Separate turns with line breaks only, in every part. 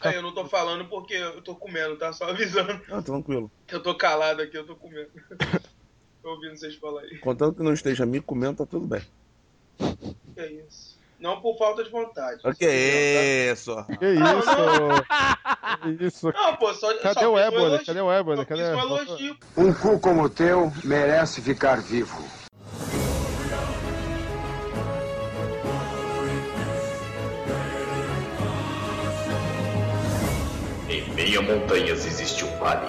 Aí eu não tô falando porque eu tô comendo, tá? Só avisando.
Ah, tranquilo.
Eu tô calado aqui, eu tô comendo. tô ouvindo vocês falar aí.
Contanto que não esteja me comendo, tá tudo bem.
Que é isso. Não por falta de vontade.
O que é isso?
Que isso? Que isso?
Não, pô, só.
Cadê
só fiz
o
um
Ébola?
elogio.
Cadê o Ébola?
Só
Cadê?
fiz um elogio.
Um cu como o teu merece ficar vivo.
Em meio a montanhas existe um vale.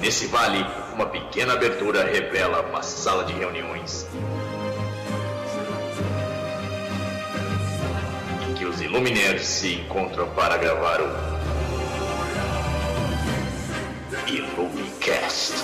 Nesse vale, uma pequena abertura revela uma sala de reuniões. Em que os Ilumineiros se encontram para gravar um o. Illumicast.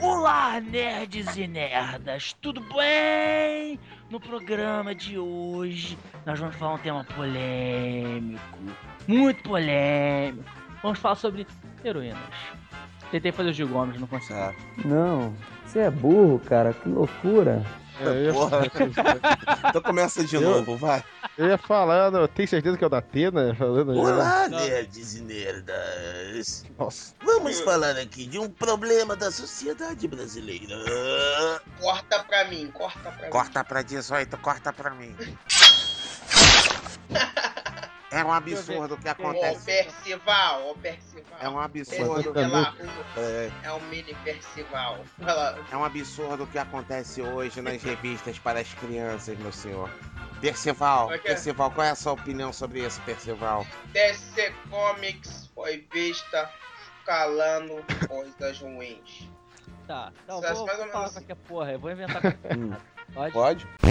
Olá, nerds e nerdas, tudo bem? No programa de hoje, nós vamos falar um tema polêmico, muito polêmico. Vamos falar sobre heroínas. Tentei fazer o Gil Gomes, não consegui.
Ah,
Não, você é burro, cara, que loucura.
É, Eu ia,
porra.
né?
então começa de
Eu-
novo, vai.
eu ia falar, eu tenho certeza que é o da Atena né? falando.
Olá, nerds e nerdas.
Nossa.
Vamos falar aqui de um problema da sociedade brasileira.
Corta pra mim, corta pra mim.
Corta pra 18, corta pra mim. É um absurdo o que
Ô,
acontece.
Percival, ô, Percival.
É um
Percival,
absurdo.
ela rua
É,
é um mini Percival. Ela...
É um absurdo o que acontece hoje nas revistas para as crianças, meu senhor. Percival,
Como é que é?
Percival, qual é a sua opinião sobre isso, Percival?
DC Comics foi vista calando coisas ruins.
Tá, não,
Mas mais ou
vou, vou
menos
falar
assim.
qualquer porra, eu vou inventar qualquer
Hum.
porra. Pode?
pode?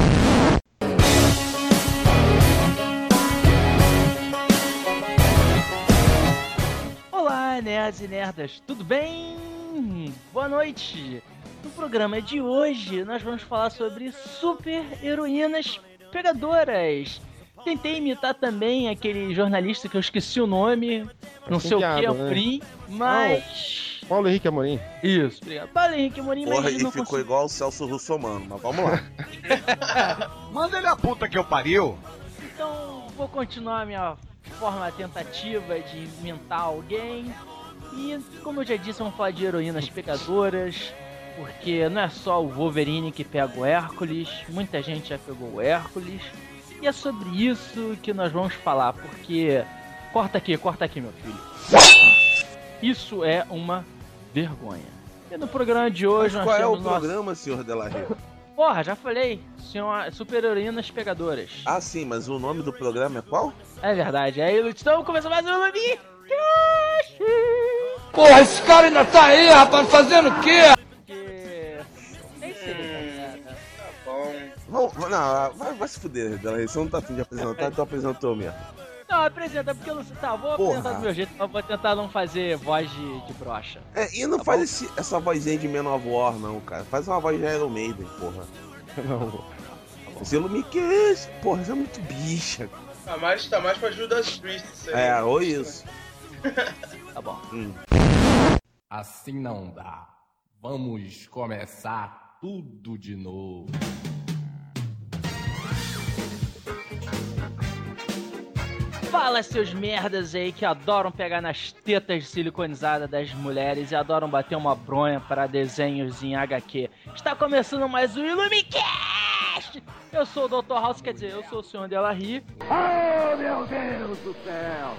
Olá, nerds e nerdas, tudo bem? Boa noite! No programa de hoje, nós vamos falar sobre super heroínas pegadoras. Tentei imitar também aquele jornalista que eu esqueci o nome, não sei o que, é
piada,
o
né?
Prim, mas...
Paulo Henrique Amorim.
Isso, obrigado. Fala, Henrique Morim, mas
Porra,
ele
e
não
ficou
conseguiu.
igual o Celso Russomano, mas vamos lá.
Manda ele a puta que eu pariu.
Então vou continuar a minha forma tentativa de mentar alguém. E como eu já disse, vamos falar de heroínas pegadoras, porque não é só o Wolverine que pega o Hércules, muita gente já pegou o Hércules. E é sobre isso que nós vamos falar, porque. Corta aqui, corta aqui, meu filho. Isso é uma vergonha. E no programa de hoje nós
Qual é o
temos nosso-
programa, senhor Delarre?
Porra, já falei. Senhor... Super heroínas pegadoras.
Ah, sim, mas o nome do programa é qual?
É verdade, aí então começou mais um Lumi Cash!
Porra, esse cara ainda tá aí, rapaz, fazendo o quê?
Que- Nem sei.
Hum.
cara.
Tá bom.
Vamos, não, ah, vai, vai se fuder, Delarre. Você não tá afim de apresentar, então apresentou mesmo.
Não, apresenta, porque eu não sei. Tá, vou
Porra.
apresentar do meu jeito, mas vou tentar não fazer voz de, de brocha.
É, e não
Tá
faz
bom?
esse- essa vozinha de menor War, não, cara. Faz uma voz de Iron Maiden, porra.
Não.
Você não me quer, porra, você é muito bicha.
Tá mais, tá mais pra Judas Priest isso aí.
É, ou isso.
Tá bom.
Hum.
Assim não dá. Vamos começar tudo de novo.
Fala seus merdas aí que adoram pegar nas tetas siliconizadas das mulheres e adoram bater uma bronha para desenhos em HQ. Está começando mais um Ilumicast! Eu sou o Dr. House, quer dizer, eu sou o Sr. Delarry. Oh, meu Deus do céu!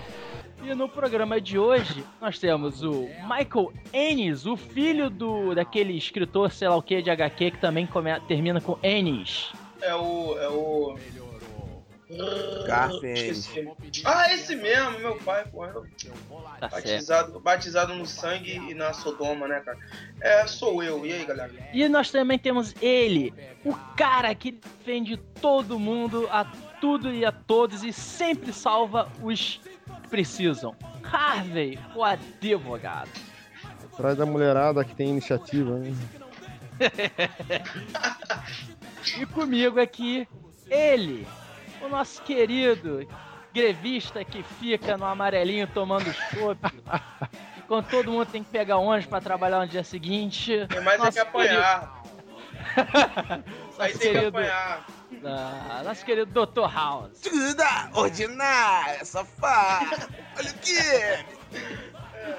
E no programa de hoje, nós temos o Michael Ennis, o filho do daquele escritor, sei lá o que, de HQ, que também come- termina com Ennis.
É o. É o.
Garfield.
Esqueci. Ah, esse mesmo, meu pai, porra.
Tá certo.
Batizado, batizado no sangue e na Sodoma, né, cara? É, sou eu. E aí, galera?
E nós também temos ele, o cara que defende todo mundo a tudo e a todos e sempre salva os que precisam. Harvey, o advogado.
Atrás da mulherada que tem iniciativa, né?
e comigo aqui, ele, o nosso querido grevista que fica no amarelinho tomando chope. Enquanto todo mundo tem que pegar ônibus pra trabalhar no dia seguinte.
Tem mais é
nosso
que apanhar.
querido-
Aí
nosso
tem que
querido-
apanhar.
Ah, nosso querido Dr. House.
Tuda, ordinária, safada. Olha o que?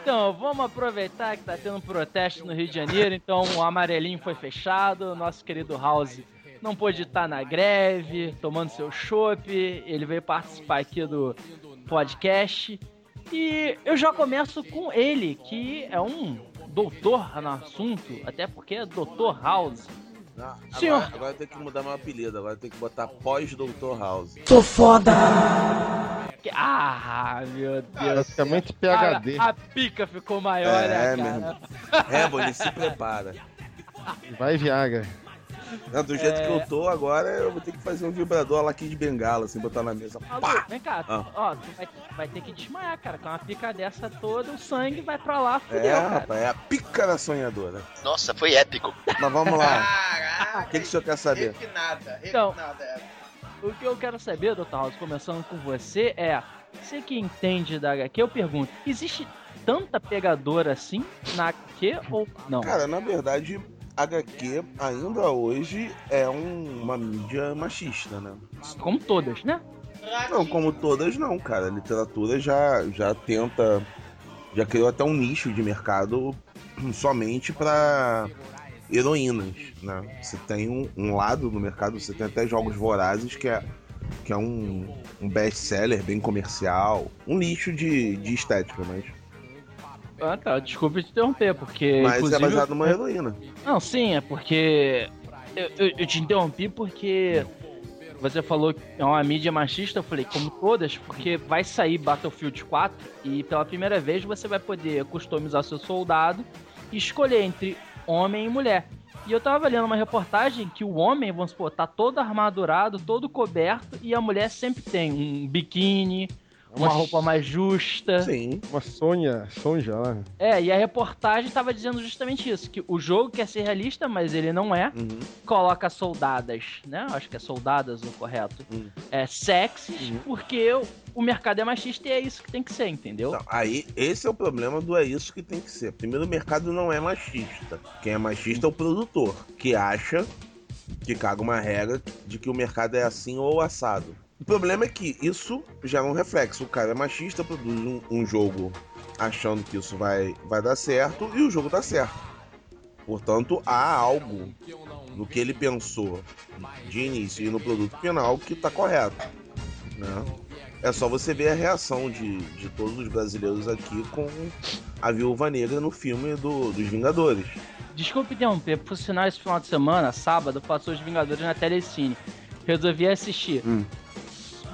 Então, vamos aproveitar que tá tendo um protesto no Rio de Janeiro, então o amarelinho foi fechado, o nosso querido House não pôde estar na greve, tomando seu chopp, ele veio participar aqui do podcast. E eu já começo com ele, que é um doutor no assunto, até porque é doutor House.
Ah,
Senhor.
Agora, agora tem que mudar meu apelido, agora tem que botar pós-doutor House.
Tô foda! Ah, meu Deus.
Basicamente
Cara,
PHD.
a pica ficou maior,
É,
né,
meu
cara?
Reboli, se prepara.
Vai Viagra.
Não, do jeito
É.
que eu tô agora, eu vou ter que fazer um vibrador lá aqui de bengala, assim, botar na mesa.
Malu,
Pá!
vem cá, tu-
Ah.
ó, tu vai, vai ter que desmaiar, cara. Com uma pica dessa toda, o sangue vai pra lá, fudeu,
É,
cara.
rapaz, é a pica da sonhadora.
Nossa, foi épico.
Mas vamos lá, o
Caraca,
Ah, que, que o senhor quer saber?
refinada,
Então.
refinada. é.
O que eu quero saber, Dr. House, começando com você, é. Você que entende da HQ, eu pergunto: existe tanta pegadora assim na HQ ou não?
Cara, na verdade, HQ ainda hoje é um- uma mídia machista, né?
Como todas, né?
Não, como todas não, cara. A literatura já, já tenta. Já criou até um nicho de mercado somente pra heroínas, né? Você tem um, um lado do mercado, você tem até jogos vorazes que é, que é um, um best-seller bem comercial. Um nicho de, de estética, mas,
Ah, tá. Desculpa te interromper, porque.
mas é
inclusive,
baseado numa heroína.
Não, sim, é porque. Eu, eu- eu te interrompi porque. Você falou que é uma mídia machista, eu falei, como todas, porque vai sair Battlefield 4 e pela primeira vez você vai poder customizar seu soldado e escolher entre homem e mulher. E eu tava lendo uma reportagem que o homem, vamos supor, tá todo armadurado, todo coberto, e a mulher sempre tem um biquíni, uma
Uma-
roupa mais justa.
Sim.
Uma Sônia, Sonja lá. né?
É, e a reportagem tava dizendo justamente isso, que o jogo quer ser realista, mas ele não é.
Uhum.
Coloca soldadas, né? Acho que é soldadas o correto.
Uhum.
É sexys, porque o, o mercado é machista e é isso que tem que ser, entendeu?
Então, aí, esse é o problema do é isso que tem que ser. Primeiro, o mercado não é machista. Quem é machista é o produtor, que acha que caga uma regra de que o mercado é assim ou assado. O problema é que isso já é um reflexo. O cara é machista, produz um, um jogo achando que isso vai, vai dar certo e o jogo dá certo. Portanto, há algo no que ele pensou de início e no produto final que está correto. né? É só você ver a reação de, de todos os brasileiros aqui com a Viúva Negra no filme do- dos Vingadores.
Desculpe interromper, por sinal, esse final de semana, sábado, passou Os Vingadores na Telecine. Resolvi assistir.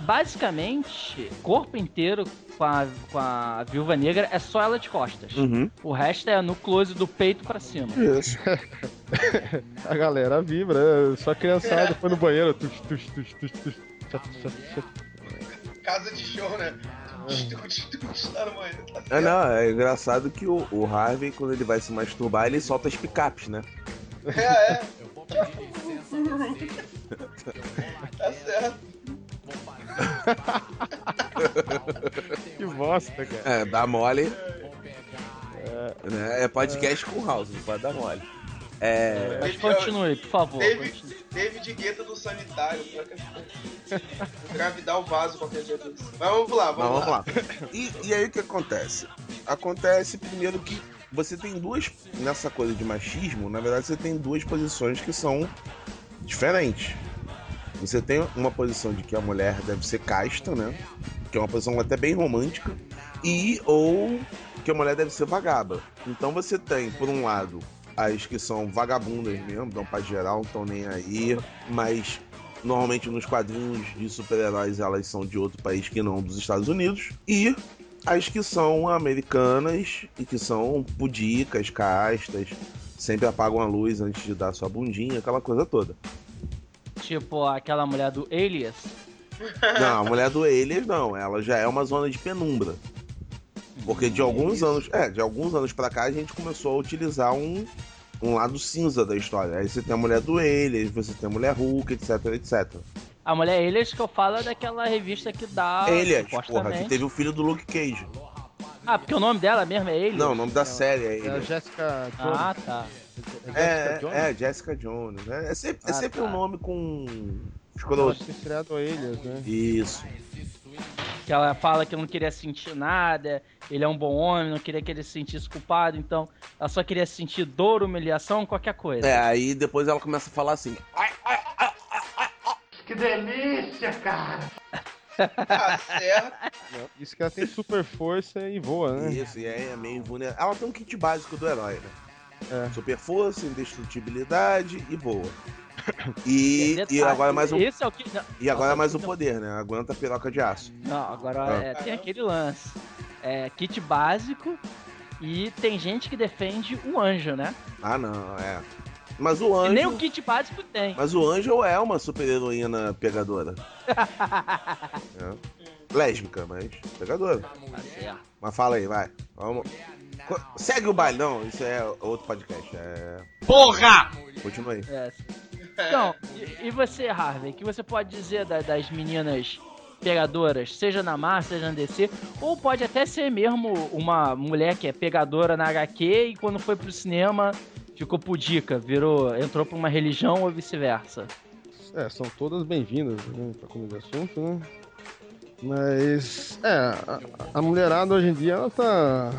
Basicamente, corpo inteiro com a, com a Viúva Negra é só ela de costas.
Uhum.
O resto é no close do peito pra cima.
Isso.
A galera vibra, né? só criançada foi no banheiro. Tux, tux, tux, tux, tux, tux, tux, tux.
Casa de show, né?
Ah.
Tá no banheiro, tá
É, não, é engraçado que o, o Harvey, quando ele vai se masturbar, ele solta as picapes, né?
certo. É, é. Tá certo.
Que bosta, cara.
É, dá mole. Né? É podcast com House, não pode dar mole. É.
Mas continue, por favor. continue.
David, David Guetta do sanitário. será que é- Engravidar o vaso qualquer dia desse. Mas vamos lá,
Mas
vamos,
vamos lá. E, e aí o que acontece? Acontece primeiro que você tem duas. Nessa coisa de machismo, na verdade você tem duas posições que são diferentes. Você tem uma posição de que a mulher deve ser casta, né? Que é uma posição até bem romântica. E ou que a mulher deve ser vagaba. Então você tem, por um lado, as que são vagabundas mesmo, dão pra geral, não estão nem aí, mas normalmente nos quadrinhos de super-heróis elas são de outro país que não dos Estados Unidos. E as que são americanas e que são pudicas, castas, sempre apagam a luz antes de dar sua bundinha, aquela coisa toda.
Tipo aquela mulher do Alias.
Não, a mulher do Elias não, ela já é uma zona de penumbra. Porque de alguns anos, é, de alguns anos pra cá a gente começou a utilizar um, um lado cinza da história. Aí você tem a mulher do Elias, você tem a mulher Hulk, etc, etc.
A mulher Elias que eu falo é daquela revista que dá.
Elias, porra,
Ah, supostamente-
que teve o filho do Luke Cage.
Ah, porque o nome dela mesmo é Elias?
Não, o nome da série é
É a
Elias.
Jessica Jones.
Ah, tá.
É, é, é Jessica Jones. É, é sempre, é
Ah,
sempre
tá.
um nome com
Ela
escroto.
tinha criado Elias, né?
Isso.
Que ela fala que não queria sentir nada, ele é um bom homem, não queria que ele se sentisse culpado, então ela só queria sentir dor, humilhação, qualquer coisa.
É, aí depois ela começa a falar assim.
Que delícia, cara!
Tá certo.
Não, Isso que ela tem super força e voa, né?
Isso, e aí é meio vulnerável. Ela tem um kit básico do herói, né?
É.
Super força, indestrutibilidade e boa. E,
É detalhe,
e agora mais um,
Esse é o que. não,
e agora
não,
mais um
não,
poder, né? Aguenta piroca de aço.
Não, agora
Ah.
é, tem aquele lance. É kit básico e tem gente que defende o anjo, né?
Ah, não, é. Mas o
E
anjo.
nem o kit básico tem.
Mas o Anjo é uma super heroína pegadora. É. Lésbica, mas pegadora.
Tá certo.
Mas fala aí, vai. Vamos. Co- Segue o baile, não. Isso é outro podcast. É...
Porra!
Continua aí.
É. Então, e, e você, Harvey, o que você pode dizer da- das meninas pegadoras, seja na Marvel, seja na DC, ou pode até ser mesmo uma mulher que é pegadora na HQ e quando foi pro cinema ficou pudica, virou, entrou pra uma religião ou vice-versa.
É, são todas bem-vindas né, pra comer do assunto, né? Mas, é, a, a mulherada hoje em dia ela tá,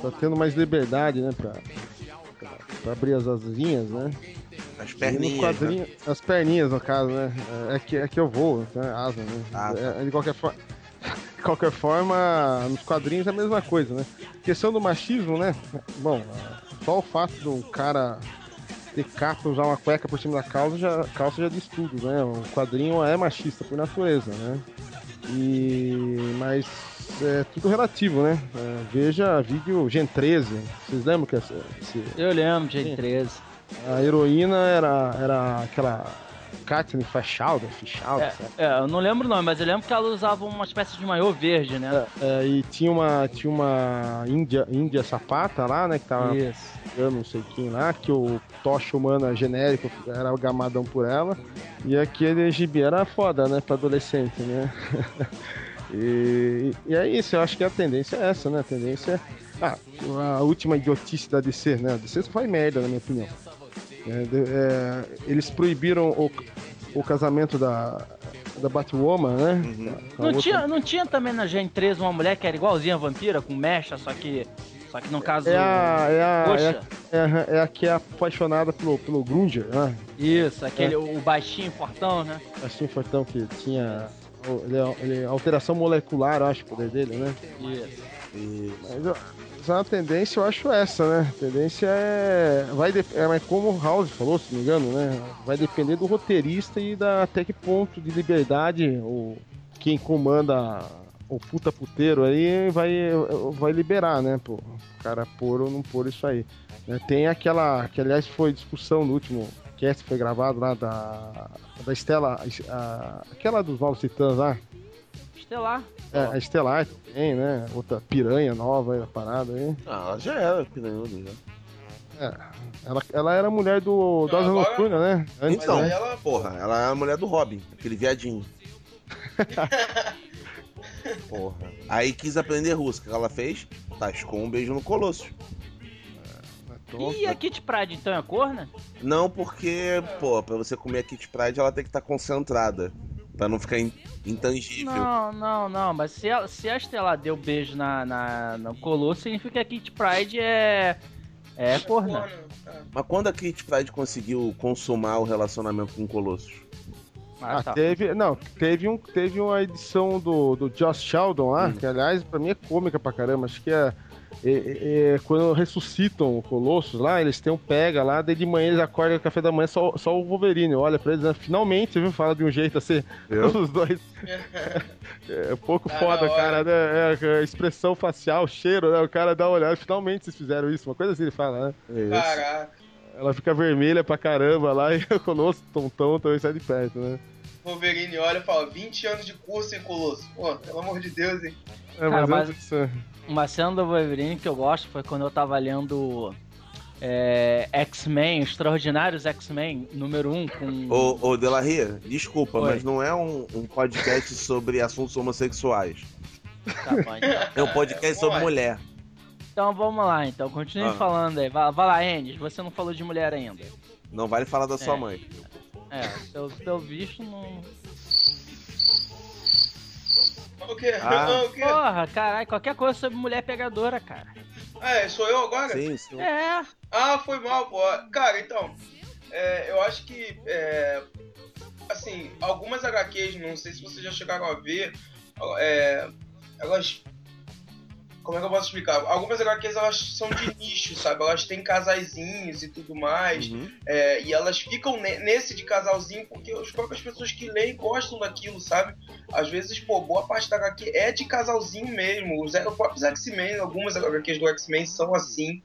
tá tendo mais liberdade, né? Pra, pra- pra abrir as asinhas, né?
As
E no
perninhas. né?
quadrinho- As perninhas, no caso, né? É- É que, é que eu vou, né? Asa, né?
Ah,
É, de qualquer forma. De qualquer forma, nos quadrinhos é a mesma coisa, né? Questão do machismo, né? Bom, só o fato de um cara ter capa usar uma cueca por cima da calça já, calça já diz tudo, né? O quadrinho é machista por natureza, né? E. Mas é tudo relativo, né? É, veja vídeo Gen 13. Vocês lembram que essa- esse,
Eu lembro, gente 13.
a heroína era, era aquela Katrin Fachalda, Fachalda, sabe?
É, eu não lembro o nome, mas eu lembro que ela usava uma espécie de maiô verde, né?
É, e tinha uma, tinha uma índia, índia sapata lá, né? Que
Ah.
tava
Isso.
eu não sei quem um lá, que o tocha humana genérico era o gamadão por ela. E aquele gibi era foda, né? Pra adolescente, né? e, e é isso, eu acho que a tendência é essa, né? A tendência é. Ah, a última idiotice da DC, né? A DC só faz merda, na minha opinião. É, de- é, eles proibiram o, o casamento da, da Batwoman, né? Com a
Não
outra-
tinha, não tinha também na Gen 13 uma mulher que era igualzinha a vampira, com mecha, só que. Só que no caso.
É a, é, a, é,
Poxa.
a, é a- é a que é apaixonada pelo, pelo Grunger, né?
Isso, aquele o baixinho, fortão, né?
Assim, Fortão, que tinha. Ele, ele- alteração molecular, eu acho, o poder dele, né?
Isso.
Mas, eu- mas a tendência eu acho essa, né? A tendência é. Vai dep- é mas como o House falou, se não me engano, né? Vai depender do roteirista e da até que ponto de liberdade o, quem comanda o puta puteiro aí vai, vai liberar, né? Pô, o cara pôr ou não pôr isso aí. né? Tem aquela. Que aliás foi discussão no último cast que foi gravado lá da. Da Estela. a- aquela dos Novos Titãs lá.
Estelar.
É, a Estelar tem, né? Outra piranha nova aí, a parada aí.
Ah, ela já era piranhuda né, já.
Ela, ela era mulher do
Então,
da Asa
agora-
Noturna, né? Antes,
Então,
né?
ela-
porra, ela é a mulher do Robin, aquele viadinho. porra. Aí quis aprender russo. O que ela fez? Tascou um beijo no Colosso.
Então,
E a Kit Pride, então, é corna?
Não, porque, pô, pra você comer a Kit Pride, ela tem que estar concentrada. Pra não ficar in- intangível.
Não, não, não. Mas se, ela- se a Estelar deu beijo na, na, no Colosso, significa que a Kit Pride é. É corna.
Corno. Ah,
Mas quando a Kit Pride conseguiu consumar o relacionamento com o Colossus?
é.
Ah, tá.
teve, não, teve, um, teve uma edição do, do Josh Sheldon lá,
Hum.
que aliás, pra mim é cômica pra caramba. Acho que é, é- é- Quando ressuscitam o Colossus lá, eles têm um pega lá, daí de manhã eles acordam café da manhã, só, só o Wolverine olha pra eles, né? finalmente, viu? Fala de um jeito assim, os dois. É um pouco
Tá
foda,
na
cara,
hora.
né? É, a expressão facial, cheiro, né? O cara dá uma olhada, finalmente vocês fizeram isso, uma coisa assim ele fala, né?
É
Caraca.
Ela fica vermelha pra caramba lá e o Colosso, tontão, também sai de perto, né?
Wolverine olha e fala, 20 anos de curso, hein, Colosso? Pô, pelo amor de Deus, hein?
É,
Cara, mas uma cena do Wolverine que eu gosto foi quando eu tava lendo é, X-Men, Extraordinários X-Men, número 1, com...
Ô, ô Delarria, desculpa,
Oi.
mas não é um, um podcast sobre assuntos homossexuais.
Tá bom, então.
É um podcast sobre mulher.
Então vamos lá, então. Continue
Ah.
falando aí. Vai, vai lá, Enes. Você não falou de mulher ainda.
Não vale falar da sua
É.
mãe.
É, pelo, pelo visto não.
O quê?
Ah.
Não, o quê?
Porra, caralho, qualquer coisa sobre mulher pegadora, cara.
Ah, é, sou eu agora?
Sim, sim.
É.
Ah, foi mal, pô. Cara, então, é, eu acho que, é, assim, algumas HQs, não sei se vocês já chegaram a ver, é, elas... Como é que eu posso explicar? Algumas HQs, elas são de nicho, sabe? Elas têm casaizinhos e tudo mais. É, e elas ficam ne- nesse de casalzinho porque as próprias pessoas que leem gostam daquilo, sabe? Às vezes, pô, boa parte da HQ é de casalzinho mesmo. Os, os próprios X-Men, algumas HQs do X-Men são assim.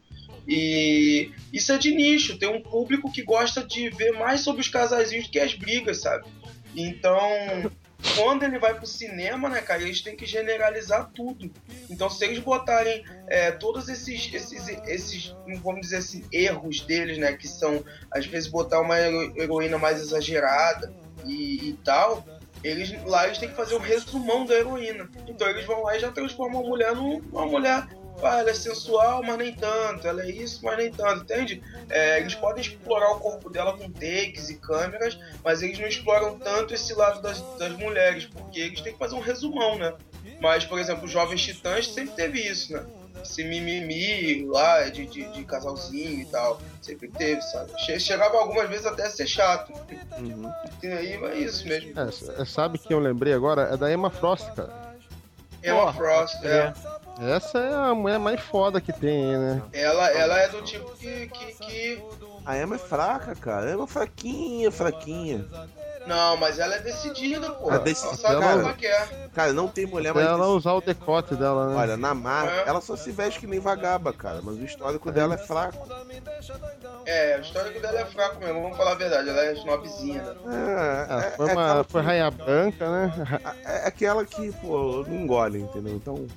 E isso é de nicho, tem um público que gosta de ver mais sobre os casalzinhos do que as brigas, sabe? Então, quando ele vai pro cinema, né, cara, eles têm que generalizar tudo. Então, se eles botarem é, todos esses, esses, esses, vamos dizer assim, erros deles, né, que são, às vezes, botar uma hero- heroína mais exagerada e, e tal, eles, lá eles têm que fazer o resumão da heroína. Então, eles vão lá e já transformam a mulher num- numa mulher. Ah, ela é sensual, mas nem tanto. Ela é isso, mas nem tanto, entende? É, eles podem explorar o corpo dela com takes e câmeras, mas eles não exploram tanto esse lado das, das mulheres, porque eles têm que fazer um resumão, né? Mas, por exemplo, os Jovens Titãs sempre teve isso, né? Esse mimimi lá de, de, de casalzinho e tal. Sempre teve, sabe? Che- Chegava algumas vezes até a ser chato. E aí é isso mesmo.
É, s- sabe que eu lembrei agora? É da Emma Frost, cara.
Emma Frost, é.
Essa é a mulher mais foda que tem, aí, né?
Ela, ela é do tipo que- que, que
A Emma é fraca, cara. A Emma é fraquinha, fraquinha.
Não, mas ela é decidida, pô.
A decisão,
ela sabe o que é. ela
cara.
quer.
Cara, não tem mulher
Até
mais.
ela usar o decote dela, né?
É, Olha, na marca, ela só se veste que nem vagaba, cara. Mas o histórico dela é fraco.
É, o histórico dela é fraco mesmo, vamos falar a verdade. Ela é snobzinha, né?
É,
Ah,
é-
foi
é
uma
aquela
foi
que-
raia branca, né? Ra-
é aquela que, pô, não engole, entendeu? Então,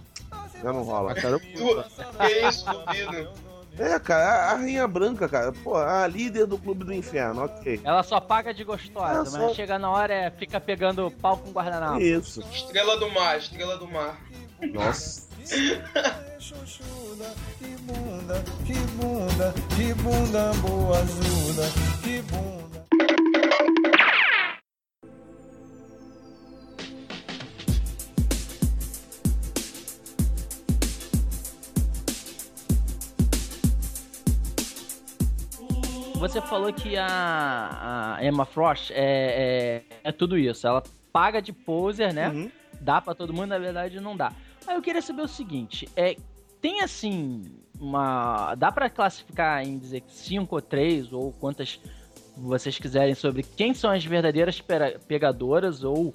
já não rola.
Ah,
Du...
cara,
Que isso, duvido.
É, cara, a- a Rainha Branca, cara, pô, a líder do Clube do Inferno, ok.
Ela só paga de gostosa,
Ela
mas
só-
chega na hora é fica pegando pau com
Ah.
guardanapo.
Isso.
Estrela do mar, estrela do mar.
Nossa.
Você falou que a, a Emma Frost é, é, é tudo isso. Ela paga de poser, né? Dá pra todo mundo, na verdade não dá. Aí eu queria saber o seguinte, é tem assim uma, dá pra classificar em dizer que cinco ou três ou quantas vocês quiserem sobre quem são as verdadeiras pera- pegadoras ou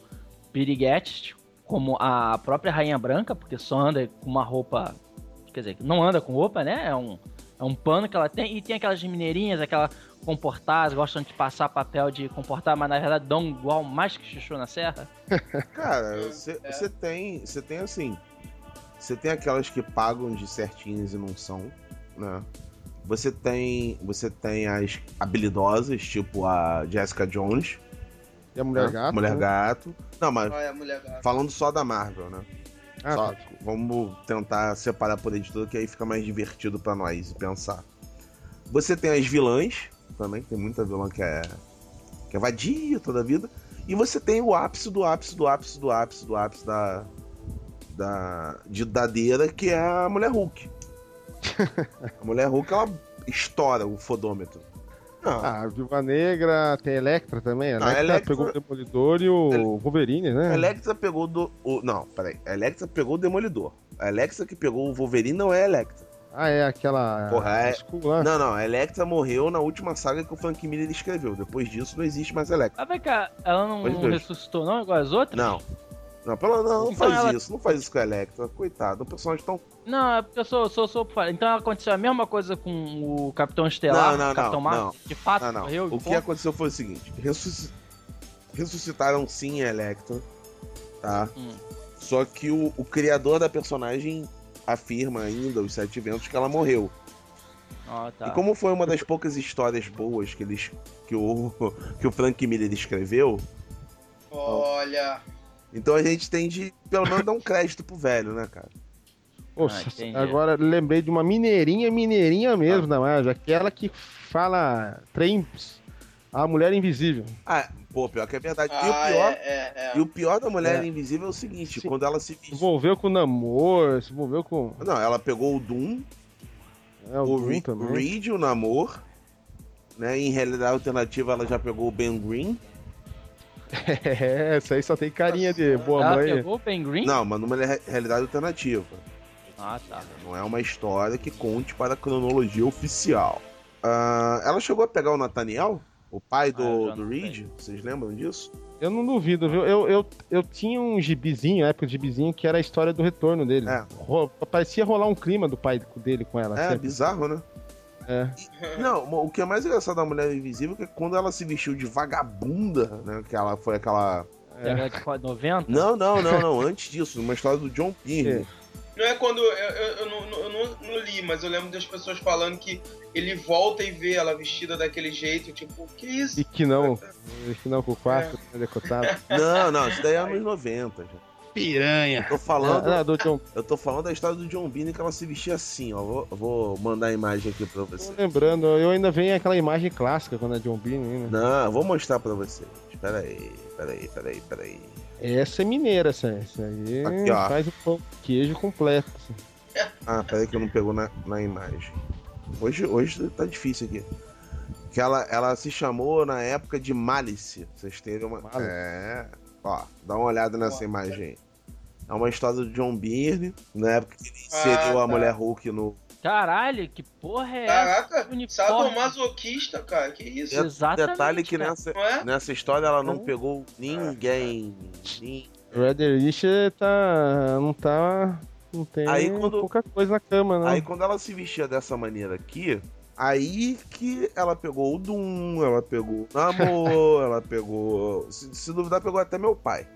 piriguetes, como a própria rainha branca, porque só anda com uma roupa, quer dizer, não anda com roupa, né? É um é um pano que ela tem. E tem aquelas mineirinhas, aquela comportadas, gostam de passar papel de comportar, mas na verdade dão igual mais que chuchu na serra.
Cara, você você tem. Você tem assim. Você tem aquelas que pagam de certinhas e não são, né? Você tem. Você tem as habilidosas, tipo a Jessica Jones.
E a mulher
né?
gato.
Mulher
né?
gato. Não, mas
Ah, é a mulher gata.
falando só da Marvel, né?
Ah,
Só-
tá.
vamos tentar separar por editor, que aí fica mais divertido pra nós pensar. Você tem as vilãs, também, tem muita vilã que é, que é vadia toda a vida. E você tem o ápice do ápice do ápice do ápice do ápice da. da. de dadeira, que é a mulher Hulk. a mulher Hulk, ela estoura o fodômetro. Não,
Ah, a Viúva Negra, tem Electra também. A
Não,
Electra,
Ah, Electra-
pegou o Demolidor e o
Ele-
Wolverine, né?
A Electra pegou do. O, não, peraí. A Electra pegou o Demolidor. A Electra que pegou o Wolverine não é a Electra.
Ah, é aquela.
Porra, é-
Skull lá.
Não, não. A Electra morreu na última saga que o Frank Miller escreveu. Depois disso não existe mais Electra.
Ah, vem cá, ela não,
Pois
não
Deus.
ressuscitou não igual as outras?
Não. Não, pelo, não, não
Então
faz
ela-
isso. Não faz isso com a Electra. Coitado. O personagem tão.
Não, é porque eu sou, sou, sou por fora. Então aconteceu a mesma coisa com o Capitão Estelar,
Não, não,
o Capitão
não,
Marvel,
Ah, não.
de fato
Não, não.
morreu e
O que é
ponto.
aconteceu foi o seguinte: ressusc... ressuscitaram sim a Electra, tá?
Hum.
Só que o, o criador da personagem afirma ainda, os sete ventos, que ela morreu.
Ah, tá.
E como foi uma das poucas histórias boas que, eles, que, o, que o Frank Miller escreveu,
Olha.
então a gente tem de, pelo menos, dar um crédito pro velho, né, cara?
Poxa,
entendi.
agora lembrei de uma mineirinha, mineirinha mesmo, na verdade. Aquela que fala tremps. A mulher invisível.
Ah, pô, pior que é verdade. e,
Ah,
o pior,
é, é, é.
e o pior da Mulher
É.
Invisível é o seguinte, quando ela se...
Se envolveu com o namoro, se envolveu com.
Não, ela pegou o Doom,
É, o,
o
Doom
Re-
também.
Reed, o Namor, né? Em realidade alternativa, ela já pegou o Ben Green.
É, essa aí só tem carinha de boa
Ela
mãe.
pegou
o Ben Green?
Não, mas numa re- realidade alternativa.
Ah, tá.
Não é uma história que conte para a cronologia oficial. Ah, ela chegou a pegar o Nathaniel, o
Ah,
pai do, do Reed, vocês lembram disso?
Eu não duvido, viu? Eu, eu, eu tinha um gibizinho, na época de gibizinho, que era a história do retorno dele. Ro- parecia rolar um clima do pai dele com ela. assim.
É, bizarro, né?
É.
Não, o que é mais engraçado da Mulher Invisível é que quando ela se vestiu de vagabunda, né? Que ela foi aquela.
Década de 90?
Não, não, não, não. Antes disso, numa história do John Byrne.
Não é quando. Eu, eu- eu não, eu não- não li, mas eu lembro das pessoas falando que ele volta e vê ela vestida daquele jeito, tipo, que isso?
E que não. E que não com o quarto,
É.
né, decotado.
Não, não, isso daí é anos 90. Já.
Piranha.
Tô falando.
Ah, do John...
Eu tô falando da história do John Byrne que ela se vestia assim, ó. Vou, vou mandar a imagem aqui pra você.
Lembrando, eu ainda venho aquela imagem clássica quando é John Bean, né?
Não, eu vou mostrar pra vocês. Pera aí, pera aí, pera aí, pera aí.
Essa é mineira, essa, essa aí
Aqui, ó.
faz o pão de queijo completo. assim.
Ah, peraí que eu não pegou na, na imagem. Hoje, hoje tá difícil aqui. Que ela, ela se chamou na época de Malice. Vocês terem uma. É. Ó, dá uma olhada nessa imagem aí. É uma história do John Byrne, na época que ele inseriu
Ah, tá.
a mulher Hulk no.
Caralho, que porra é essa?
Caraca, sadomasoquista, cara, que isso?
É.
é Detalhe que nessa,
Não é?
nessa história ela não pegou ninguém. Nin-
Red Elish tá. não tá. não tem
Aí quando-
pouca coisa na cama, né?
Aí quando ela se vestia dessa maneira aqui, aí que ela pegou o Doom, ela pegou o Namor, ela pegou. Se, se duvidar, pegou até meu pai.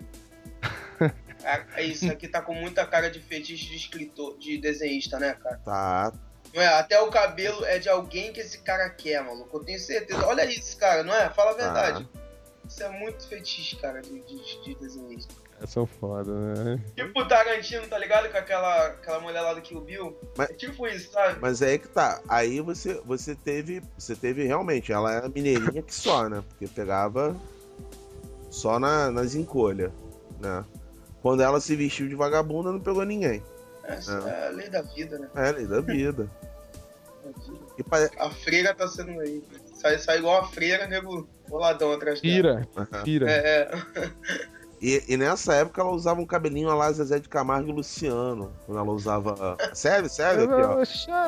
Caraca, isso aqui tá com muita cara de fetiche de escritor, de desenhista, né, cara?
Tá.
Não é? Até o cabelo é de alguém que esse cara quer, maluco. Eu tenho certeza. Olha isso, cara, não é? Fala a verdade.
Ah.
Isso é muito fetiche, cara, de, de, de desenhista.
São foda, né?
Tipo o Tarantino, tá ligado? Com aquela, aquela mulher lá do Kill Bill.
Mas-
É tipo isso, sabe?
Mas é aí que tá. Aí você, você teve. Você teve realmente. Ela era mineirinha que só, né? Porque pegava só na- nas encolhas, né? Quando ela se vestiu de vagabunda, não pegou ninguém.
É, isso
É.
é a lei da vida, né?
É, lei da vida. E pare...
A freira tá sendo aí. Sai, sai igual a freira, nego, boladão atrás
Pira, pira.
É, é.
E, e nessa época ela usava um cabelinho a lá Zezé de Camargo e Luciano. Quando ela usava. Sério, sério? Aqui, ó.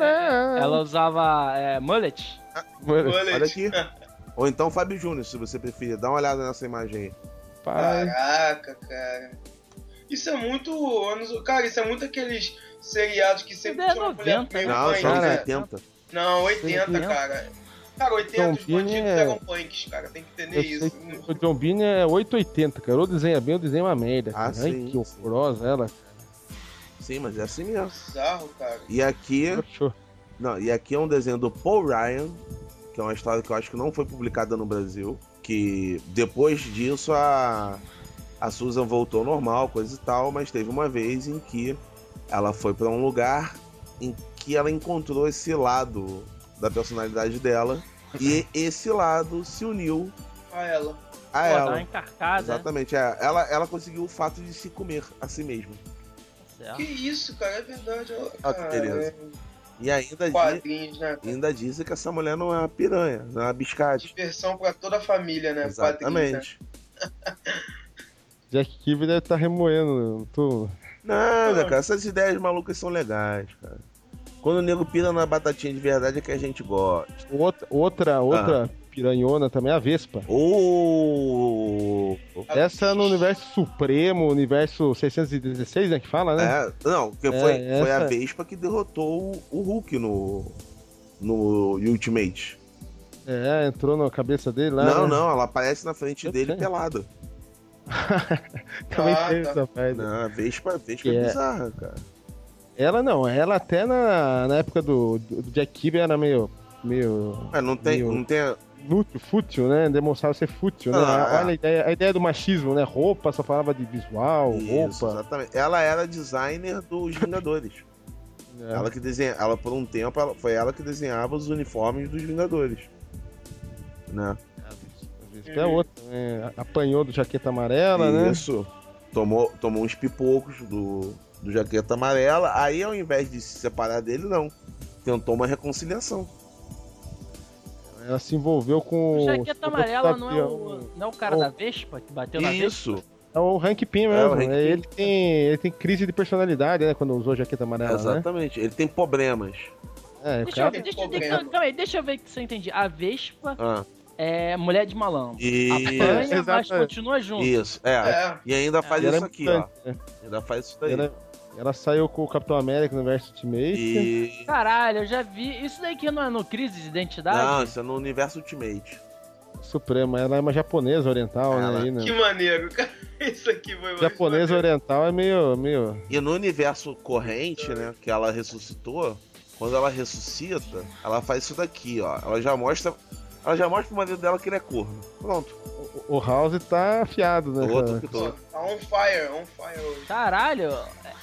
Ela usava é, mullet?
Olha olha aqui. Ou então Fábio Júnior, se você preferir. Dá uma olhada nessa imagem aí.
Caraca, cara. Isso é muito anos. Cara, isso é muito aqueles seriados que sempre tinha uma mulher
90,
meio
Não,
punk,
só nos
né?
80.
Não, 80,
80.
cara. Cara, 80 os
John Bean
bandidos
é-
eram punks, cara. Tem que entender
Eu sei
isso.
que o John Bean é 880, cara. Ou desenha bem, ou desenha uma merda.
Ah,
cara. Ai,
sim,
que horrorosa ela.
Sim, mas é assim mesmo.
Bizarro, cara.
E aqui. Não, e aqui é um desenho do Paul Ryan, que é uma história que eu acho que não foi publicada no Brasil. Que depois disso a, a Susan voltou ao normal, coisa e tal, mas teve uma vez em que ela foi pra um lugar em que ela encontrou esse lado da personalidade dela. E esse lado se uniu
Olha Ah, ela.
a
Pô, tá dá
Ah, ela.
uma encarcada.
Exatamente, é. ela, ela conseguiu o fato de se comer a si mesma.
Que isso, cara. É verdade. Ela,
Olha Tá. Ah, que
cara,
beleza. E ainda, di-
Quadrinhos, né?
ainda dizem que essa mulher não é uma piranha, não é uma biscate.
Diversão pra toda a família, né?
Exatamente.
Jack Kirby deve estar remoendo. Tô...
Nada, cara, essas ideias malucas são legais, cara. Quando o nego pira na batatinha de verdade é que a gente gosta.
Outra, outra,
Ah.
outra piranhona também, a Vespa.
Ô!
Essa é no universo Supremo, universo 616, né? Que fala, né?
É, não, porque
É,
foi, foi a
essa-
Vespa que derrotou o- o Hulk no, no Ultimate.
É, entrou na cabeça dele lá.
não,
né?
não, ela aparece na frente
Eu
dele
sei.
pelada.
Também
Ah,
teve essa parte.
Não, a Vespa, a Vespa
Que
é
é-
bizarra, cara.
Ela não, ela até na, na época do, do do Jack Kirby era meio. meio.
Ah, não tem-
meio
não tem-
Fútil, fútil, né? Demonstrava ser fútil, né?
Ah, é.
Olha a ideia, a ideia do machismo, né? Roupa, só falava de visual,
Isso,
roupa.
exatamente. Ela era designer dos Vingadores.
É. né?
Ela que desenha, ela por um tempo ela- foi ela que desenhava os uniformes dos Vingadores. Né?
Até outra, né? Apanhou do jaqueta amarela, né?
Isso. Tomou, tomou uns pipocos do, do jaqueta amarela. Aí ao invés de se separar dele, não. Tentou uma reconciliação.
Ela se envolveu com.
O
o
Jaqueta
Soldado
amarela não é
Gavião.
o, não é o cara da Vespa que bateu na Vespa?
Isso.
É o Hank Pym
É, o
mesmo.
Hank
né? ele, tem, ele tem crise de personalidade, né? Quando usou a jaqueta amarela.
Exatamente. Ele tem problemas.
Né? É, o
Deixa eu,
cara.
ver, deixa, eu- deixa, eu- calma aí, deixa eu ver se eu entendi. A Vespa
Ah.
é mulher de malandro.
Isso.
Apanha, Ah, mas
Exatamente.
continua junto.
Isso, é. E ainda faz
Ela é
isso aqui, ó.
importante,
Ainda faz isso daí.
Ela, ela saiu com o Capitão América no verso Ultimate. né?
E-
Caralho, eu já vi. Isso daí que não é no crise de identidade?
Não, isso é no universo Ultimate.
Suprema, ela é uma japonesa oriental, né? aí, né?
Que maneiro, cara. Isso aqui foi muito
Japonesa oriental é meio. meio...
E no universo corrente, né, que ela ressuscitou, quando ela ressuscita, ela faz isso daqui, ó. Ela já mostra, ela já mostra pro marido dela que ele é corno. Pronto.
O House tá afiado, né? cara?
Tá on fire, on fire hoje.
Caralho.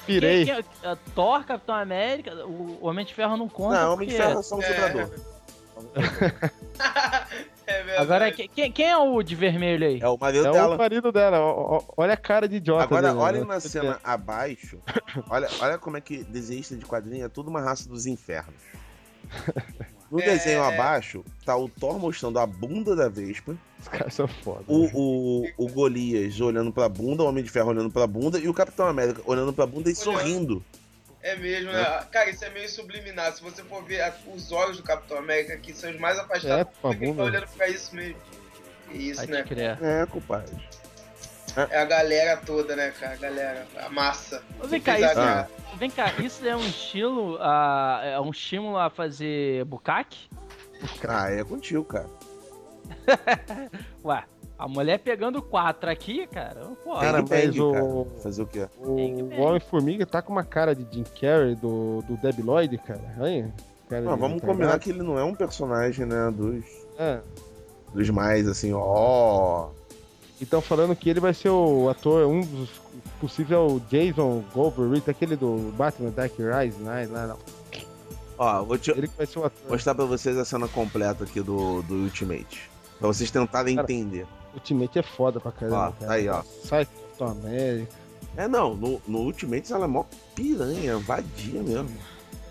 Pirei.
Quem- quem- eh, Thor, Capitão América, o Homem de Ferro não conta.
Não, Homem de
porque-
Ferro é só um jogador.
É
Agora, que- quem, quem é o de vermelho aí?
É o marido
É
dela.
o marido dela. ó- ó- Olha a cara de idiota.
Agora,
dele,
olhem
né?
na cena abaixo. Olha, olha como é que desenhista de quadrinho é tudo uma raça dos infernos. No desenho abaixo, tá o Thor mostrando a bunda da Vespa.
Os caras são foda.
O, o, o Golias olhando pra bunda, o Homem de Ferro olhando pra bunda e o Capitão América olhando pra bunda e sorrindo.
É mesmo, né? Cara, isso é meio subliminar. Se você for ver a- os olhos do Capitão América, que são os mais afastados,
É, pô, a
ele
bunda.
tá olhando pra isso mesmo. Que Isso, né?
É, compadre.
É a galera toda, né, cara? A galera, a massa. "Ah,
Mas Vem cá,
Fez a
isso,
galera.
vem cá, isso é um estilo. A, é um estímulo a fazer bucaque?
Ah, é contigo, cara.
Ué, a mulher pegando quatro aqui, cara, não pode.
Cara, mas o,
Fazer o quê?
o Homem-Formiga tá com uma cara de Jim Carrey do, do Deb Lloyd, cara. Olha Aí, cara
Não,
de
vamos
retardado.
combinar que ele não é um personagem, né, dos,
É.
dos mais, assim, ó...
E tão falando que ele vai ser o ator, um dos possíveis é o Jason Goldberg, aquele do Batman Dark Rise, né? Não, não.
Ó, vou te...
vou
mostrar pra vocês a cena completa aqui do, do Ultimate. Pra vocês tentarem
Cara,
entender.
Ultimate é foda pra caramba,
Ó,
cara.
tá aí, ó.
Sai Capitão América.
É, não, no, no Ultimate ela é mó piranha, vadia mesmo.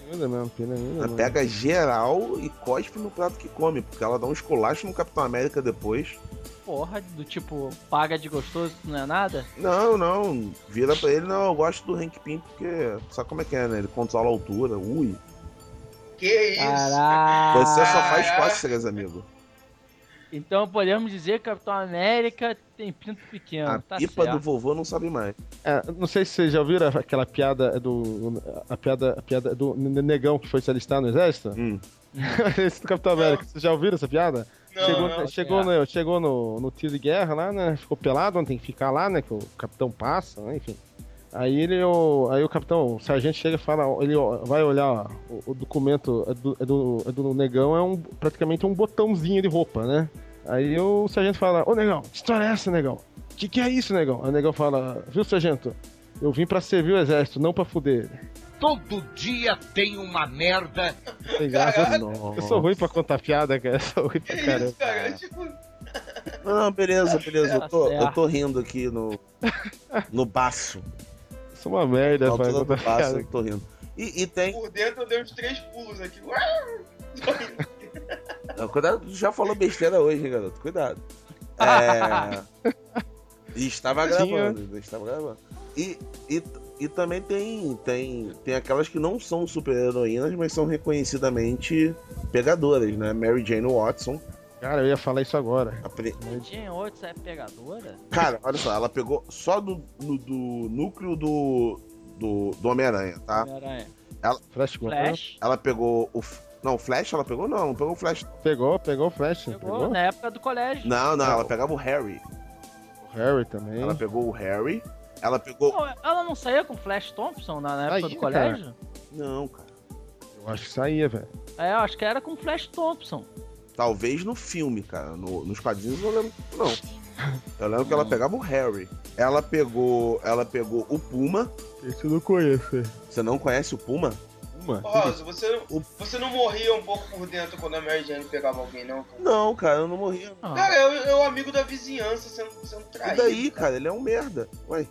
Piranha mesmo, piranha
Ela
mesmo.
pega geral e cospe no prato que come, porque ela dá um esculacho no Capitão América depois.
Porra, do tipo, paga de gostoso, não é nada?
Não, não, vira pra ele, não, eu gosto do Hank Pym, porque sabe como é que é, né? Ele controla a altura, ui.
Que isso?
Caralho.
Você só faz cócegas, amigo.
Então podemos dizer que Capitão América tem pinto pequeno.
A
tá
pipa
certo.
do vovô não sabe mais.
É, não sei se vocês já ouviram aquela piada do. A piada, a piada do ne- negão que foi se alistar no exército?
Hum.
Esse do Capitão América. Vocês já ouviram essa piada?
Não,
chegou
não.
chegou, no, chegou no, no tiro de guerra lá, né? Ficou pelado, não tem que ficar lá, né? Que o capitão passa, né? enfim. Aí ele, o, aí o capitão, o sargento chega e fala, ó, ele ó, vai olhar ó, o, o documento é do, é do, é do negão é um, praticamente um botãozinho de roupa, né? Aí o sargento fala, ô negão, que história é essa, negão? O que, que é isso, negão? Aí o negão fala, viu, sargento? Eu vim pra servir o exército, não pra fuder.
Todo dia tem uma merda.
Tem graça. Eu sou ruim pra contar piada, cara. Eu sou ruim pra caramba.
Tipo,
Não, não, beleza, beleza. Eu tô,
Tá
eu tô rindo aqui no. No baço.
Isso é uma merda,
Na
vai
altura do
contar
baço,
piada.
eu tô rindo. E, e tem.
Por dentro eu dei uns três pulos aqui.
Não, Cuidado, tu já falou besteira hoje, hein, garoto? Cuidado. É. e estava
Tinha.
gravando, estava gravando. E, e, e também tem, tem, tem aquelas que não são super-heroínas, mas são reconhecidamente pegadoras, né? Mary Jane Watson.
Cara, eu ia falar isso agora.
A pri-
Tinha outros, é pegadora?
Cara, olha só, ela pegou só do, no- do núcleo do, do, do Homem-Aranha, tá?
Homem-Aranha.
Ela,
Flash Gordon. Flash.
Ela pegou o. F- Não, o Flash ela pegou? Não, não pegou o Flash.
Pegou, né? pegou o Flash. Pegou,
Pô, Na época do colégio.
Não, não, ela pegava o Harry.
O Harry também.
Ela pegou o Harry. Ela pegou.
Não, ela não saía com Flash Thompson na, na época
Saía,
do colégio?
Não, cara.
Eu acho que saía, velho.
É, eu acho que era com Flash Thompson.
Talvez no filme, cara. No- nos quadrinhos eu não lembro, não. Eu lembro que ela pegava o Harry. Ela pegou. Ela pegou o Puma.
Esse eu não conheço.
Você não conhece o Puma?
Puma?
Ô, House, você, não- você não morria um pouco por dentro quando a Mary Jane pegava alguém, não? cara?
Não, cara, eu não morri.
Ah.
Cara, é eu, eu amigo da vizinhança sendo, sendo
E
traído.
daí, cara, ele é um merda. Ué.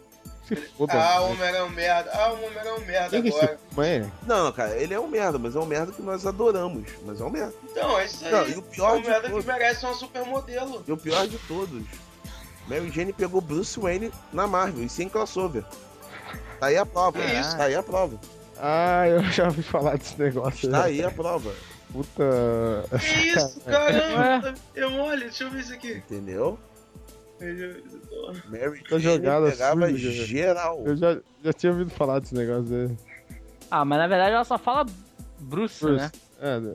Ah, o Homem-Aranha é um merda. Ah, o Homem-Aranha é um merda agora.
Não, cara, ele é um merda, mas é um merda que nós adoramos. Mas é um merda.
Então, é isso aí.
Não, e o pior
é um
de
merda
tudo-
que merece uma supermodelo.
E o pior de todos, Mary Jane pegou Bruce Wayne na Marvel e sem crossover. Tá aí a prova.
Que isso?
Tá aí a prova.
Ah, eu já ouvi falar desse negócio.
Tá
já.
aí a prova.
Puta.
Que isso, caramba. Eu olha, deixa eu ver isso aqui.
Entendeu? Mary
Tá
Jane
jogada
pegava
suja, velho.
geral.
Eu já, já tinha ouvido falar desse negócio né? dele.
Ah, mas na verdade ela só fala Bruce, né?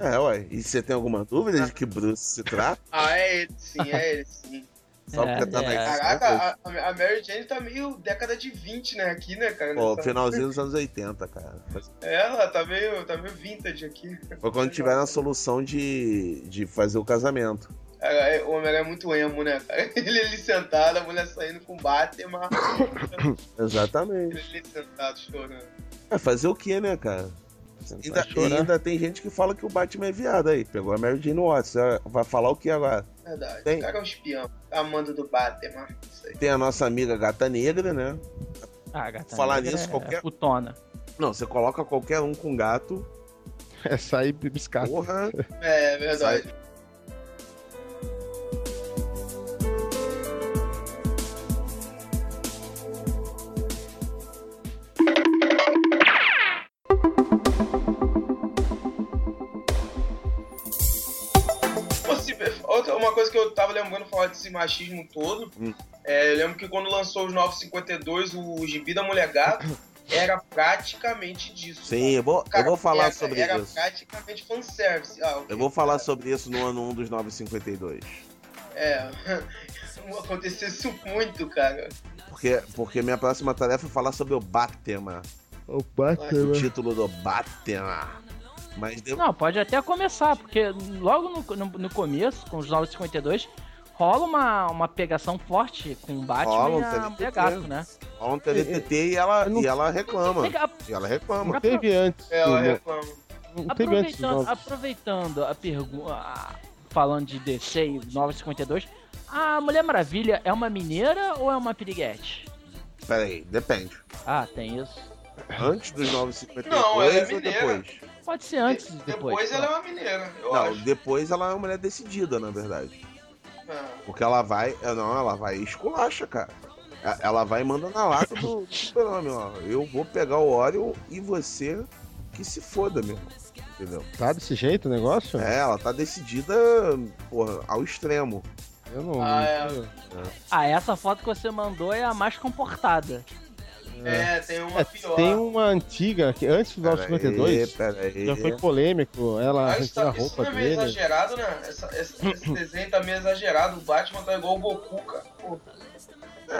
É,
É, ué. E você tem alguma dúvida de que Bruce se trata?
Ah, é ele sim, é ele sim.
Só porque tá na
Caraca, ah, a, a Mary Jane tá meio década de 20, né? Aqui, né, cara?
Pô,
Tá-
finalzinho dos anos 80, cara.
Ela tá meio, tá meio vintage aqui.
Foi quando tiveram a solução de, de fazer o casamento.
Cara, é- o Homem-Aranha é muito emo, né, cara? Ele ali sentado, a mulher saindo com Batman.
Exatamente.
Ele ali sentado, chorando.
É, fazer o que, né, cara? Ainda,
chorar.
e ainda tem gente que fala que o Batman é viado aí. Pegou a Mary Jane Watts. é, Vai falar o que agora?
Verdade.
Tem.
O cara é um espião. Amando do Batman. Isso aí.
Tem a nossa amiga Gata Negra, né?
Ah, gata.
falar
negra
nisso,
é
qualquer-
Putona.
Não, você coloca qualquer um com gato.
É sair biscate.
Porra.
É, é verdade. Pô, se- outra- Uma coisa que eu tava lembrando falar desse machismo todo,
Hum.
é, eu lembro que quando lançou os 952, o Gibi da Mulher Gato era praticamente disso.
Sim, eu vou, eu
Cara,
vou falar
era-
sobre
era
isso.
praticamente fanservice. Ah, ok.
Eu vou falar sobre isso no ano 1 dos 952.
É, aconteceu isso muito, cara.
Porque, porque minha próxima tarefa é falar sobre o Batman.
O
O
Batman.
título do Batman. Mas de-
Não, pode até começar, porque logo no, no, no começo, com os 952, rola uma, uma pegação forte com o Batman
Rola, um
e a
tem
mulher
certeza.
gato, né?
ontem ele TT e ela, e ela reclama.
Vem cá,
E ela reclama.
Não teve antes.
É, eu
do-
reclamo.
Não teve antes do
Aproveitando,
novo.
aproveitando a pergunta. Falando de DC e 952, a Mulher Maravilha é uma mineira ou é uma piriguete?
Pera aí, depende.
Ah, tem isso.
Antes dos 952
Não, ela é
ou
mineira.
depois?
Pode ser antes e depois. tá?
Depois
tá.
ela é uma mineira, eu
Não,
acho.
depois ela é uma mulher decidida, na verdade.
Ah,
Porque ela vai. é, Não, ela vai e esculacha, cara. E- Ela vai e manda na lata do do super-homem, ó. Eu vou pegar o óleo e você que se foda, meu. irmão. Entendeu?
Tá desse jeito o negócio?
É, ela tá decidida, porra, ao extremo.
Eu não.
Ah, é.
Ah, essa foto que você mandou é a mais comportada.
É, tem uma
É,
pior.
tem uma antiga, que antes do 952,
Pera aí,
já foi
pera aí.
polêmico. Ela
Mas
arrancou a
tá, isso
roupa
não é meio
dele.
exagerado, né? Essa- esse, esse desenho tá meio exagerado. O Batman tá igual o Goku, cara. Pô,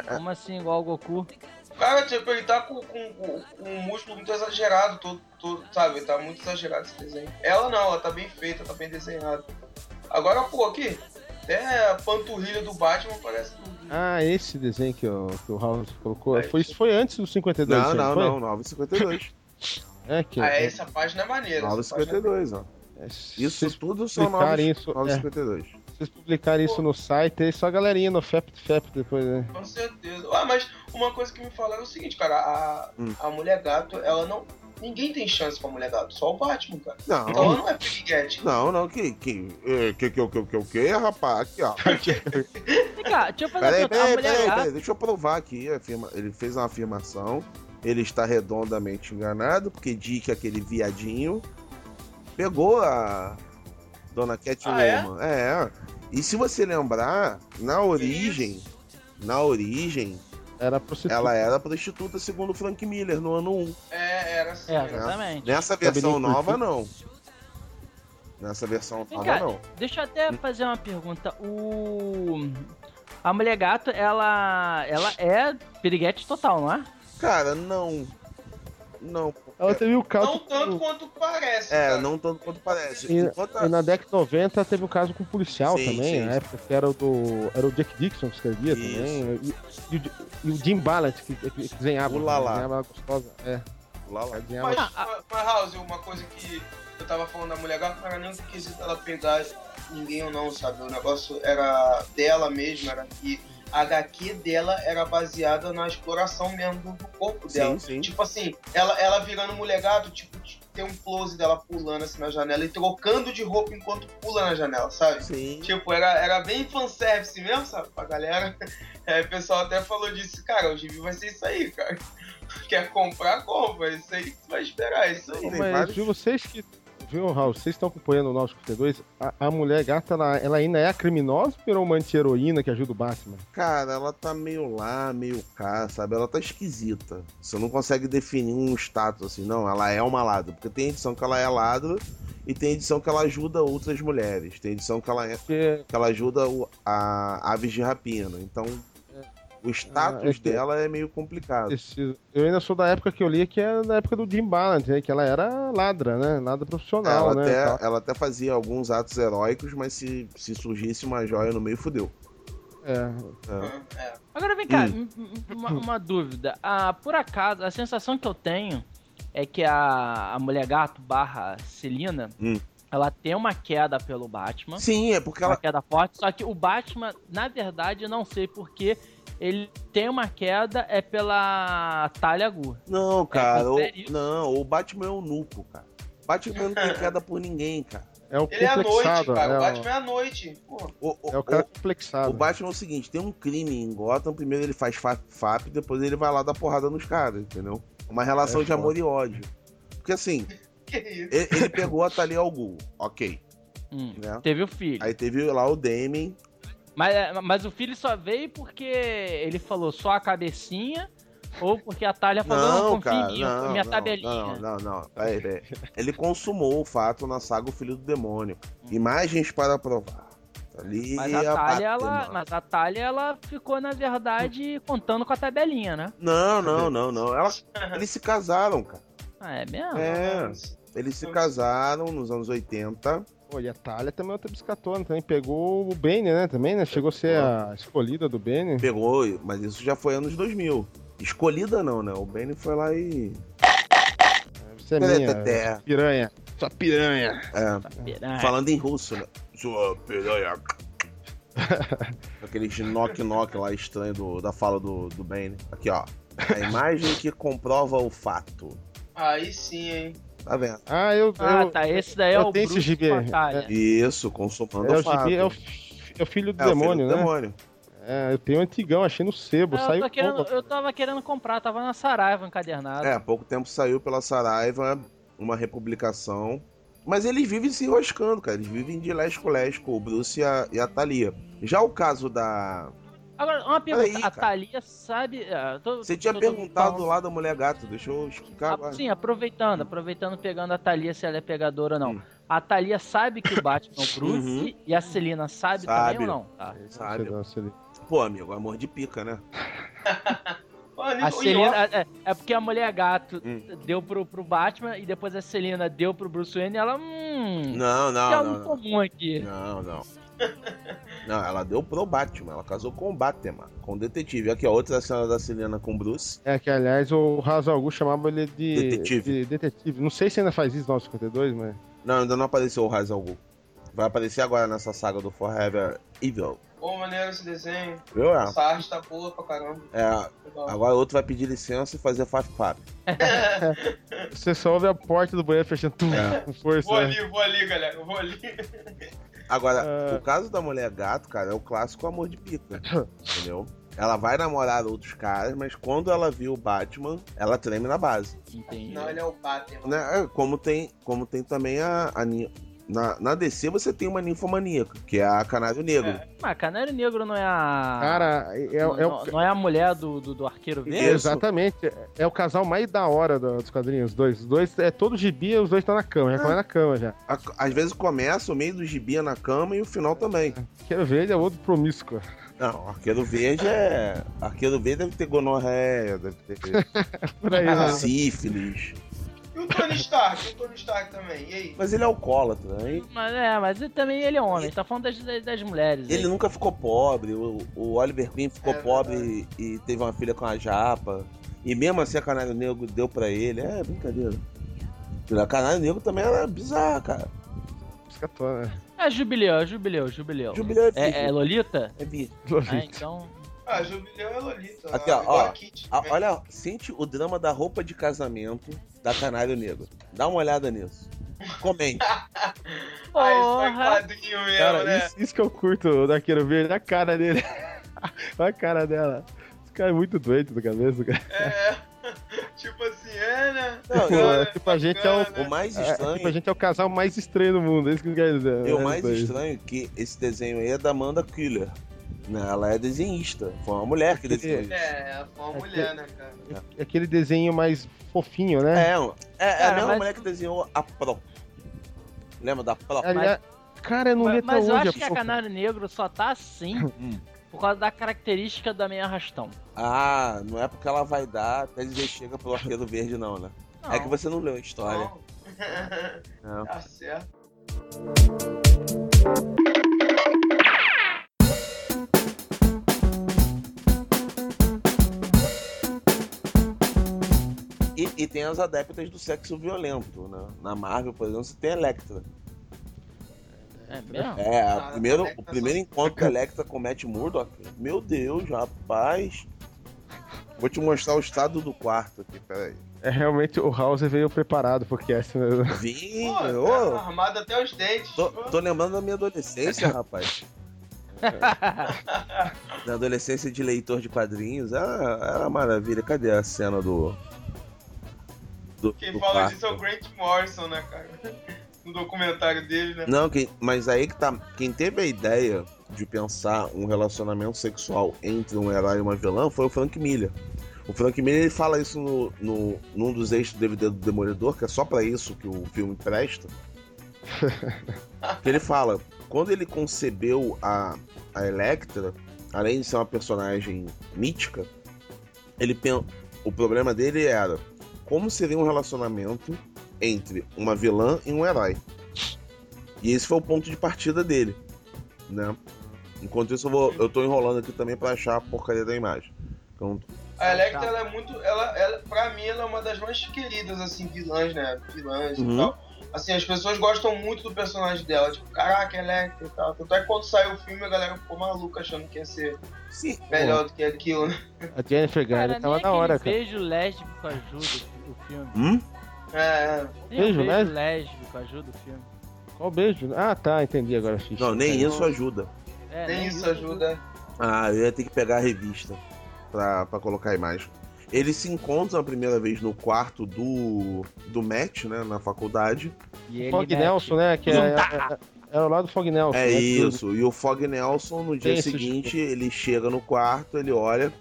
Como assim, igual o Goku?
o cara, tipo, ele tá com, com, com- com um músculo muito exagerado, todo, todo, sabe? Tá muito exagerado esse desenho. Ela não, ela tá bem feita, tá bem desenhada. Agora, pô, aqui, até a panturrilha do Batman parece do. do-
Ah, esse desenho que o, que o House colocou.
É,
Foi, isso foi antes do 52,
Não,
isso aí,
não,
foi?
não, 952.
É que.
Ah, é, essa página é maneira. essa página é
952, ó.
é,
Isso
se
tudo são
explicarem
9,
isso, é.
952.
vocês publicarem isso no site, aí só a galerinha no FEP FEP depois, né?
Com certeza. Ah, mas uma coisa que me falaram é o seguinte, cara, a,
Hum.
a mulher gato, ela não. Ninguém tem chance pra mulher gato, só o Batman, cara.
Não,
Então ela não é piriguete.
não, não, que que é, que que que que, que rapaz, aqui ó.
Vem cá, deixa eu fazer
Peraí, peraí,
uma pergunta. A mulher é
peraí,
gata.
peraí, deixa eu provar aqui. afirma- Ele fez uma afirmação. Ele está redondamente enganado, porque Dick, aquele viadinho, pegou a Dona
Ah,
Catwoman. é? E se você lembrar, na origem, na origem,
Era prostituta.
ela é. era prostituta segundo Frank Miller no ano 1.
É, era assim.
É,
né?
exatamente.
Nessa versão nova, não. Nessa versão
Vem
nova,
cá.
não. Hum.
Deixa eu até fazer uma pergunta. O. A mulher gato, ela. Ela é piriguete total, não é?
Cara, não. Não.
Ela teve o caso.
Não tanto quanto parece.
É, não tanto quanto parece.
E,
Enquanto a-
e na década de 90 teve um caso com um policial
Sim,
também,
sim,
na
sim.
época, que era o do. Era o Jack Dixon que escrevia também. E, e o, e o Jim Ballant que, que desenhava.
O Lala.
né, Desenhava gostosa. É.
Lala.
Desenhava...
Mas, mas, mas, House, uma coisa que eu tava falando da mulher gata, não era nem o quesito ela pegar ninguém ou não, sabe? O negócio era dela mesmo, era que a HQ dela era baseada na exploração mesmo do do corpo
Sim,
dela.
sim.
Tipo assim, ela, ela virando mulher gato, tipo, t- tem um close dela pulando assim na janela e trocando de roupa enquanto pula na janela, sabe?
Sim.
Tipo, era, era bem fanservice mesmo, sabe? Pra galera. É, o pessoal até falou disso, cara, o gibi vai ser isso aí, cara. Quer comprar, compra. Isso aí que tu vai esperar, isso aí.
Tem
Mas
vários-
viu, vocês que. Viu, Raul? Vocês estão acompanhando o 952? A, a mulher gata, ela, ela ainda é a criminosa ou virou uma anti-heroína que ajuda o Batman?
Cara, ela tá meio lá, meio cá, sabe? Ela tá esquisita. Você não consegue definir um status assim, não. Ela é uma ladra. Porque tem edição que ela é ladra e tem edição que ela ajuda outras mulheres. Tem edição que ela é
Porque
que ela ajuda o- a aves de rapina. Então, o
Ah, é
status
que-
dela é meio complicado.
preciso- eu ainda sou da época que eu li, que é da época do Jim Ballant, né? Que ela era ladra, né? Ladra profissional,
ela,
né?
até,
Tal.
ela até fazia alguns atos heróicos, mas se, se surgisse uma joia no meio, fudeu.
É,
É.
É.
Agora vem cá,
Hum.
um- um- uma, uma dúvida. Ah, por acaso, a sensação que eu tenho é que a, a mulher gato barra Celina,
Hum.
ela tem uma queda pelo Batman.
Sim, é porque
Uma
ela.
queda forte. Só que o Batman, na verdade, eu não sei porquê, ele tem uma queda é pela Talia Gu.
Não, cara. o-
sério?
não, o Batman é o nuco, cara. Batman não tem queda por ninguém, cara.
é o
Ele é à noite,
complexado.
cara.
é,
O
o-
Batman é à noite. Pô,
O, o,
é o cara
o-
complexado.
o Batman é o seguinte: tem um crime em Gotham, primeiro ele faz fa- FAP, depois ele vai lá dar porrada nos caras, entendeu? Uma relação
É
de
foda.
amor e ódio. Porque assim,
que isso?
ele, ele pegou a Thalia Al Ghul, ok,
Hum,
né?
Teve o filho.
Aí teve lá o Damien,
Mas, é, mas o filho só veio porque ele falou só a cabecinha ou porque a Talia falou não,
Não,
confia em
cara,
mim, eu
não,
comi a
não,
tabelinha.
Não, não, não. Peraí, peraí. Ele consumou o fato na saga O Filho do Demônio. Imagens para provar. Ali
Hum.
é
Mas a Thalia, ela,
Batman.
mas a Thalia, ela ficou, na verdade, contando com a tabelinha, né?
Não, não, não, não. Elas, eles se casaram, cara.
Ah, é mesmo?
É. Eles se casaram nos anos 80.
Pô, e a Thalia também é outra biscatona, também pegou o Bane, né? Também, né? Chegou a ser a escolhida do Bane.
Pegou, mas isso já foi anos 2000. Escolhida não, né? O Benny foi lá e.
Você é minha.
Teteté.
Piranha. Sua piranha.
É,
Piranha.
falando em russo, né? Sua piranha. Aquele knock-knock lá estranho do- da fala do, do Bane. Aqui, ó. A imagem que comprova o fato.
Aí sim, hein?
Tá vendo?
Ah, eu.
Ah,
eu-
tá. Esse daí é
eu
o
tenho esse
Bruce
gibi,
com a Thalia.
Isso, consumando
É
o,
o
fato.
Gibi, é o, fi- é o filho do
É, o filho
demônio,
do
né?
demônio.
É, eu tenho um antigão, achei no sebo,
Ah, eu,
saiu
tô querendo-
todo.
eu tava querendo comprar, tava na Saraiva encadernado.
É, há pouco tempo saiu pela Saraiva uma republicação. Mas eles vivem se enroscando, cara. Eles vivem de lesco-lesco, o Bruce e a, e a Thalia. Já o caso da.
Agora, uma pergunta.
Peraí,
a
cara.
Thalia sabe... ah, eu tô-
Você tinha
tô- tô
perguntado
falando-
lá da mulher gato, deixa eu
Tá
explicar
Ah,
agora.
sim, aproveitando, aproveitando, pegando a Thalia, se ela é pegadora ou não. A Thalia sabe que o Batman é o Bruce
Hum. Uhum.
e a Celina sabe,
Sabe.
também ou não? Tá.
Sabe?
Não sei não, se ele-
Pô, amigo, amor de pica, né?
Mano,
A
e-
Celina, é, é porque a mulher gato
Hum.
deu pro, pro Batman e depois a Celina deu pro Bruce Wayne e ela. Hum.
Não,
que é
não, não.
um
Não,
comum aqui.
não. não. Não, ela deu pro Batman, ela casou com o Batman, com o detetive. Aqui, ó, outra cena da Selena com o Bruce.
É que, aliás, o Ra's al Ghul chamava ele de
Detetive.
de detetive. Não sei se ainda faz isso, 952, mas.
Não, ainda não apareceu o Ra's al Ghul. Vai aparecer agora nessa saga do Forever Evil.
Pô, maneiro esse desenho.
Viu? É,
Essa arte tá boa pra caramba.
é
Legal.
Agora o outro vai pedir licença e fazer fap-fap.
Você só ouve a porta do banheiro fechando tudo
É.
com força.
Vou
né?
ali, vou ali, galera. Vou ali.
Agora,
É.
o caso da mulher gato, cara, é o clássico amor de pica. Entendeu? Ela vai namorar outros caras, mas quando ela viu o Batman, ela treme na base.
Entendi.
Não, ele é o Batman.
Né? É, Como tem, como tem também a, a Ni- Na, na DC você tem uma ninfomaníaca, que é a Canário Negro.
Mas Canário Negro não é a.
Cara, é- é-
não,
é o-
não- não é a mulher do, do, do arqueiro verde?
Exatamente. É o casal mais da hora do- dos quadrinhos. Os dois. Os dois é todo gibi, os dois estão na cama, já
É.
é. na cama já.
A- às vezes começa o meio do gibi é na cama e o final também.
Arqueiro Verde é outro promíscuo.
Não, Arqueiro Verde é. Arqueiro Verde deve ter gonorreia, deve ter.
Por aí, né?
sífilis.
E o Tony Stark? E o Tony Stark também, e aí?
Mas ele é alcoólatra, né?
Mas é, mas ele também ele é homem, tá falando das, das, das mulheres.
Ele
aí.
nunca ficou pobre. O, o Oliver Queen ficou pobre e, e teve uma filha com a japa. E mesmo assim a Canário Negro deu pra ele. É brincadeira. A Canário Negro também era bizarra, cara.
Escatou, né?
É Jubileu, é Jubileu, Jubileu.
Jubileu é bi.
é, é Lolita?
É bi.
Ah, então.
Ah, Jubileu é Lolita.
Aqui, ó. ó a- Ah, olha, sente o drama da roupa de casamento da Canário Negro. Dá uma olhada nisso. Comente.
Porra. Ah, isso é quadrinho mesmo,
Cara,
né?
isso, isso que eu curto do Arqueiro Verde, a cara dele. Olha a cara dela. Esse cara é muito doente da cabeça, cara.
Tipo assim, é, né?
Não,
Pô,
eu-
é, tipo, a gente é o,
O mais
é,
estranho-
tipo, a gente é o casal mais estranho do mundo, é isso que eu quero dizer.
E o
né,
né? mais
dois.
estranho é que esse desenho aí é da Amanda Killer. Né? Ela é desenhista. Foi uma mulher que desenhou isso.
É, foi uma mulher, né, cara?
É Aquele desenho mais fofinho, né?
É, é, é a
Cara,
mesma
mas-
mulher que desenhou a Pro. Lembra da Pro?
Aliás, cara, eu não li
Mas,
até
mas eu
hoje. é
acho que a Canário Negro só tá assim
Hum.
por causa da característica da meia arrastão.
Ah, não é porque ela vai dar até dizer chega pelo Arqueiro Verde, não, né?
Não.
É que você não leu a história. Não.
tá certo.
E, e tem as adeptas do sexo violento, né? Na Marvel, por exemplo, você tem a Electra.
É mesmo?
É, a primeiro, o primeiro encontro da Electra com o Matt Murdock. Meu Deus, rapaz. Vou te mostrar o estado do quarto aqui, peraí.
É realmente o House veio preparado né? porque essa mesmo.
Vim,
Pô, tá
ô.
armado até os dentes.
Tô, tô lembrando da minha adolescência, rapaz. da adolescência de leitor de quadrinhos. Era, era uma maravilha. Cadê a cena do. do,
Quem
do
fala
quarto?
disso é o Grant Morrison, né, cara? No documentário dele, né?
Não, quem- mas aí que tá. Quem teve a ideia de pensar um relacionamento sexual entre um herói e uma vilã foi o Frank Miller. O Frank Miller ele fala isso no, no, num dos eixos do DVD do Demolidor, que é só pra isso que o filme presta. que ele fala, quando ele concebeu a, a Electra, além de ser uma personagem mítica, ele pen- o problema dele era como seria um relacionamento entre uma vilã e um herói. E esse foi o ponto de partida dele, né? Enquanto isso, eu, vou, eu tô enrolando aqui também pra achar a porcaria da imagem. Então,
A Electra, ela é muito. Ela, ela, pra mim, ela é uma das mais queridas, assim, vilãs, né? Vilãs e
Uhum.
tal. Assim, as pessoas gostam muito do personagem dela. Tipo, caraca, Electra e tal. Tanto é que quando saiu o filme, a galera ficou maluca achando que ia ser melhor do que aquilo, né?
A Jennifer Garner tava da hora, cara.
Beijo lésbico ajuda o filme.
Hum?
É.
Nem o
Beijo
beijo
lésbico?
lésbico, ajuda o filme.
Qual beijo? Ah, tá, entendi agora. Xixi.
não, nem
Pera.
isso ajuda.
É,
Nem isso ajuda.
Ah, eu ia ter que pegar a revista pra, pra colocar a imagem. Eles se encontram a primeira vez no quarto do, do Matt, né? Na faculdade.
E
Fog Nelson, né? Que é,
Não
é- era o lado do Fog Nelson.
É
né, que-
isso. E o Fog Nelson, no dia
Tem esse
seguinte, ele chega no quarto, ele olha.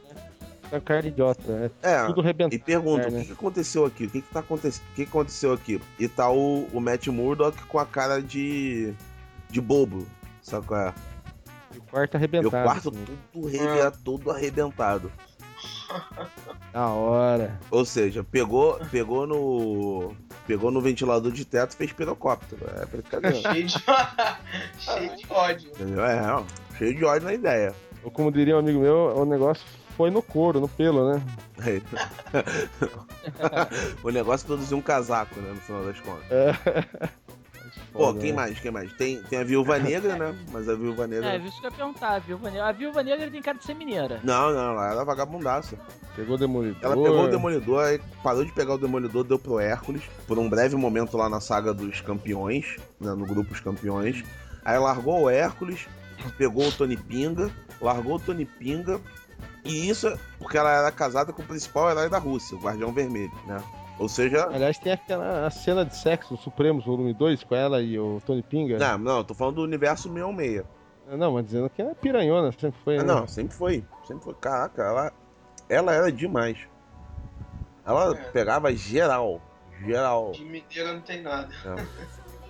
É um cara idiota. É,
É,
tudo rebentado.
e pergunta,
É,
o
né?
que, que aconteceu aqui? O que, que, tá aconte... o que que aconteceu aqui? E tá o, o Matt Murdock com a cara de, de bobo, sabe qual é?
E o quarto
E o
arrebentado.
quarto
assim.
tudo, rebe... todo arrebentado.
Da hora.
Ou seja, pegou, pegou no pegou no ventilador de teto e fez pirocóptero. É brincadeira.
Cheio de, cheio de ódio.
Entendeu? é, ó, cheio de ódio na ideia.
Ou como diria um amigo meu, o negócio foi no couro, no pelo, né?
Aí. o negócio é produzir um casaco, né? No final das contas.
É.
Pô,
Foda,
quem
né?
mais? Quem mais? Tem, tem a viúva negra, né? Mas a viúva negra.
É, isso que eu ia perguntar. A viúva negra, a viúva negra tem cara de ser mineira.
Não, não, ela era vagabundaça.
Pegou o demolidor.
Ela pegou o Demolidor, aí parou de pegar o Demolidor, deu pro Hércules, por um breve momento lá na saga dos campeões, né, no grupo Os Campeões. Aí largou o Hércules, pegou o Tony Pinga, largou o Tony Pinga, e isso é porque ela era casada com o principal herói da Rússia, o Guardião Vermelho, né? Ou seja.
Aliás, tem aquela a cena de sexo no Supremos, volume 2, com ela e o Tony Pinga.
Não, não, tô falando do universo 616.
Não, mas dizendo que é piranhona, sempre foi.
Ah,
né?
não, sempre foi. Sempre foi. Caraca, ela, ela era demais. Ela pegava geral. Geral.
De mineira não tem nada.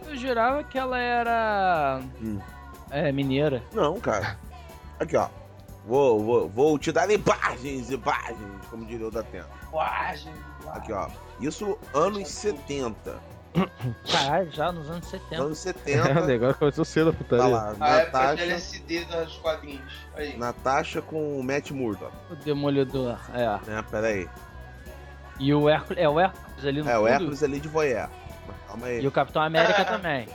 Eu jurava que ela era.
Hum.
É, mineira.
Não, cara. Aqui, ó. Vou, vou, vou te dar imagens, imagens, como diria o da Tena.
Linguagem.
Aqui, ó. Isso anos 70.
Caralho, já nos anos 70.
Anos
É, o
70.
negócio começou cedo a putaria.
Tá lá.
A é época de
Natasha.
LSD dos quadrinhos. Aí.
Natasha com o Matt Murdock.
O Demolidor, é.
Né, pera aí.
E o Hércules, é o Hércules ali no
É, o
fundo?
Hércules ali de voyeur. Mas Calma aí.
E o Capitão América
É.
também.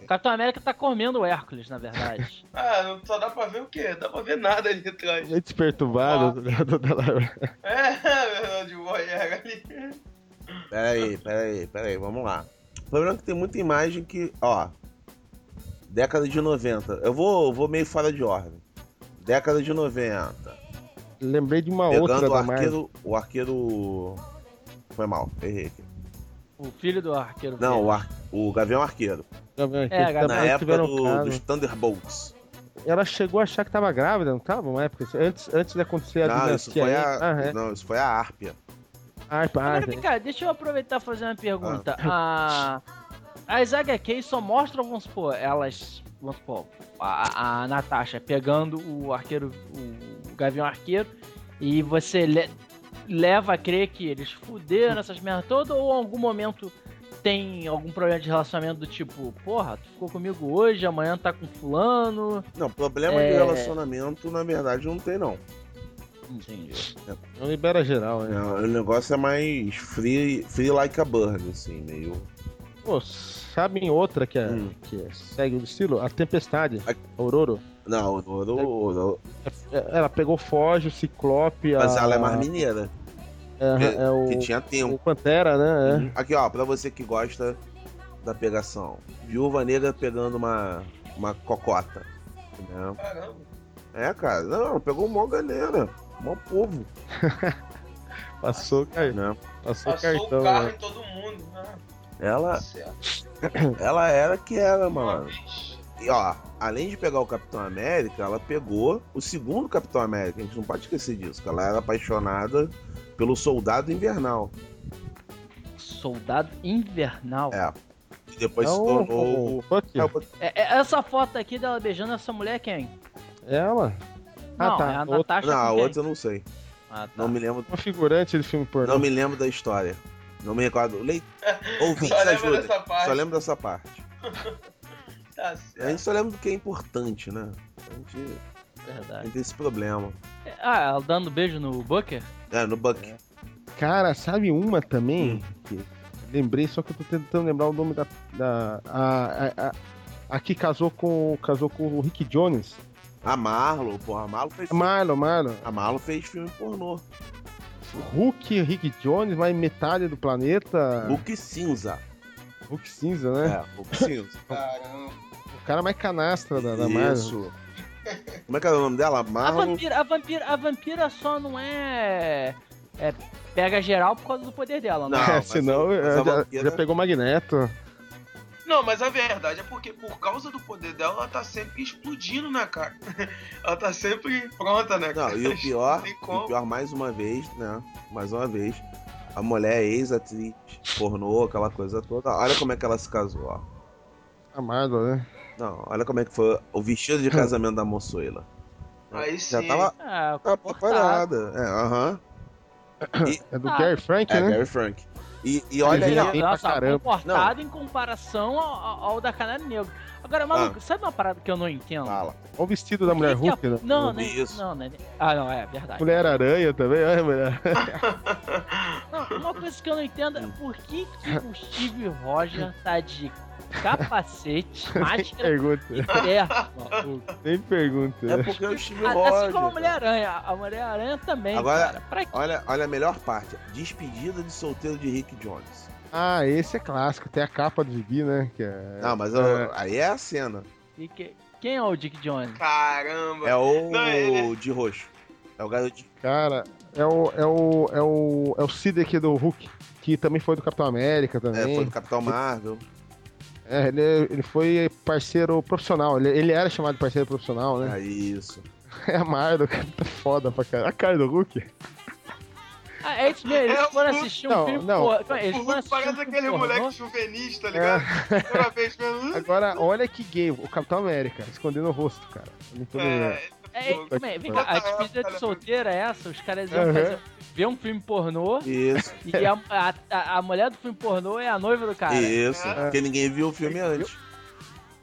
O Capitão América tá comendo o Hércules, na verdade.
Ah, não- só dá pra ver o quê? Dá pra ver nada ali atrás.
Gente perturbada. da- né, da- da-
É, de boiar ali.
Pera aí, pera aí, pera aí, vamos lá. O problema é que tem muita imagem que, ó. Década de 90. Eu vou, vou meio fora de ordem. Década de 90.
Lembrei de uma outra
Pegando o
da Marvel.
arqueiro. O arqueiro. Foi mal, errei aqui.
o filho do arqueiro.
Não,
verde.
o, ar... o Gavião Arqueiro.
Também, que
É,
eles
galera,
Na
também
época
um tiveram
do-
caso.
dos Thunderbolts.
Ela chegou a achar que tava grávida, não tava? Uma época, assim, antes, antes de acontecer a
Não,
dinastia.
isso foi
aí.
a.
Ah, é.
Não, isso foi a Árpia.
Arpa,
Agora,
arpa.
vem cá, deixa eu aproveitar e fazer uma pergunta. A... As HQs só mostram, vamos supor, elas. Vamos supor, a, a Natasha pegando o arqueiro. o Gavião Arqueiro. E você le- leva a crer que eles fuderam essas merdas todas, ou em algum momento tem algum problema de relacionamento do tipo, porra, tu ficou comigo hoje, amanhã tá com fulano.
Não, problema
É.
de relacionamento, na verdade, não tem, não.
Entendi.
Não libera geral, né?
Não, O negócio é mais free, free like a bird, assim, meio.
Pô, sabem outra que, é-
É. Hum.
que segue o estilo? A Tempestade,
A-
a Aurora.
Não, o- o- o-
É, Ela pegou Foge, o Ciclope, a...
mas ela é
Ah.
mais mineira.
é, é o,
Que tinha um- tempo.
o Pantera, né? É.
Aqui, ó, pra você que gosta da pegação. Viúva negra pegando uma, uma cocota. Né?
Caramba.
É, cara. Não, pegou mó galera. Mó povo. Uhum.
Passou, car...
Né?
Passou,
Passou
cartão.
o carro
né?
em todo mundo. Ah,
Ela,
certo.
ela era que era,
Uma
mano.
vez.
E ó, além de pegar o Capitão América, ela pegou o segundo Capitão América. A gente não pode esquecer disso. que Ela era apaixonada pelo Soldado Invernal.
Soldado invernal.
É. E depois
É
se
o-
tornou.
o Bucky.
É, o-
É- é- essa foto aqui dela beijando essa mulher é quem?
Ela? Ah,
não,
tá.
é a
Outra-
Natasha
Não,
com
a
quem?
outra eu não sei.
Ah, tá.
Não me lembro.
Uma figurante de filme pornô.
Não me lembro da história. Não me recordo. Leite. Ouvinte,
Só lembra
ajuda.
dessa parte.
Só lembro dessa parte.
Tá
A
certo.
gente só lembra do que é importante, né? A gente, a
Verdade.
gente tem esse problema.
Ah, ela dando beijo no Booker?
É, no Buck.
Cara, sabe uma também?
Hum.
Que- Lembrei, só que eu tô tentando lembrar o nome da. da a, a, a- a que casou com, casou com o Rick Jones.
A Marlo, porra, a Marlo fez.
Marlon, Marlon.
A Marlo fez filme pornô.
Hulk, Rick Jones, mais metade do planeta. Hulk,
Hulk cinza.
cinza, né?
Ah. É, Hulk cinza.
Caramba.
O cara mais canastra da, da Marvel.
É. Isso. Como é que era o nome dela?
A
Marlon.
vampira, a vampira, a vampira só não é, é pega geral por causa do poder dela, né?
Não,
é,
mas
senão
o- mas a né?
eu já,
vampira-
já pegou Magneto.
Não, mas a verdade é porque por causa do poder dela, ela tá sempre explodindo, né, cara? Ela tá sempre pronta, né, cara?
Não, e o pior,
Tem
e
como.
o pior mais uma vez, né? Mais uma vez, a mulher é ex-atriz, pornô, aquela coisa toda. Olha como é que ela se casou, ó.
A Marvel, né?
Não, olha como é que foi o vestido de casamento da moçoila.
Aí
Já
sim.
tava,
Ah,
tava
comportado.
preparada. É, aham.
É do
Ah.
Gary Frank,
É,
né?
Gary Frank. E, e olha aí,
Ele
ó.
bem pra
Nossa,
caramba.
tá comportado em comparação ao, ao- ao da Canário Negro. Agora,
Ah.
maluco, sabe uma parada que eu não entendo?
Fala.
Olha o vestido da mulher
Por que que a-
Hulk, né?
Não,
Ah, Eu
né?
vi isso.
Não, né? Ah, não, é verdade.
Mulher Aranha também, olha, mulher.
Não, uma coisa que eu não entendo
Hum.
é por que, que o Steve Roger tá de
É
capacete, máscara
Pergunta.
e terno, maluco.
Nem pergunta.
É porque eu estive
A-
Roger.
Assim como a
cara.
Mulher-Aranha. A Mulher-Aranha também,
Agora-
cara. Pra que
Olha, olha a melhor parte. Despedida de solteiro de Rick Jones.
Ah, esse é clássico. Tem a capa do gibi, né? Que é...
Não, mas eu- aí é a cena.
que- que- Quem é o Dick Jones?
Caramba.
É o
Não, ele-
de roxo. É É o garotinho.
Cara, é o, é o, é o, é o Cid aqui do Hulk, que também foi do Capitão América também.
É, foi do Capitão Marvel.
É, ele, ele foi parceiro profissional, ele, ele era chamado de parceiro profissional, né?
É isso.
É a Marvel, cara, tá foda pra caralho. A cara do Hulk.
Ah, é isso mesmo, eles foram assistir um
Não,
filme
não.
porra- Não, eles
O
foram
Hulk
assistir um
parece
filme
aquele
pornô.
moleque juvenis, tá ligado?
É.
Toda vez mesmo.
Agora, olha que gay, o Capitão América, escondendo o rosto, cara. Eu não tô
É,
ligado.
É, é, como é? Vem cá, a despedida
né?
de solteira é essa? Os caras iam
Aham.
fazer, ver um filme pornô
Isso.
e a, a- a- a mulher do filme pornô é a noiva do cara.
Isso. É. Porque ninguém viu o filme antes.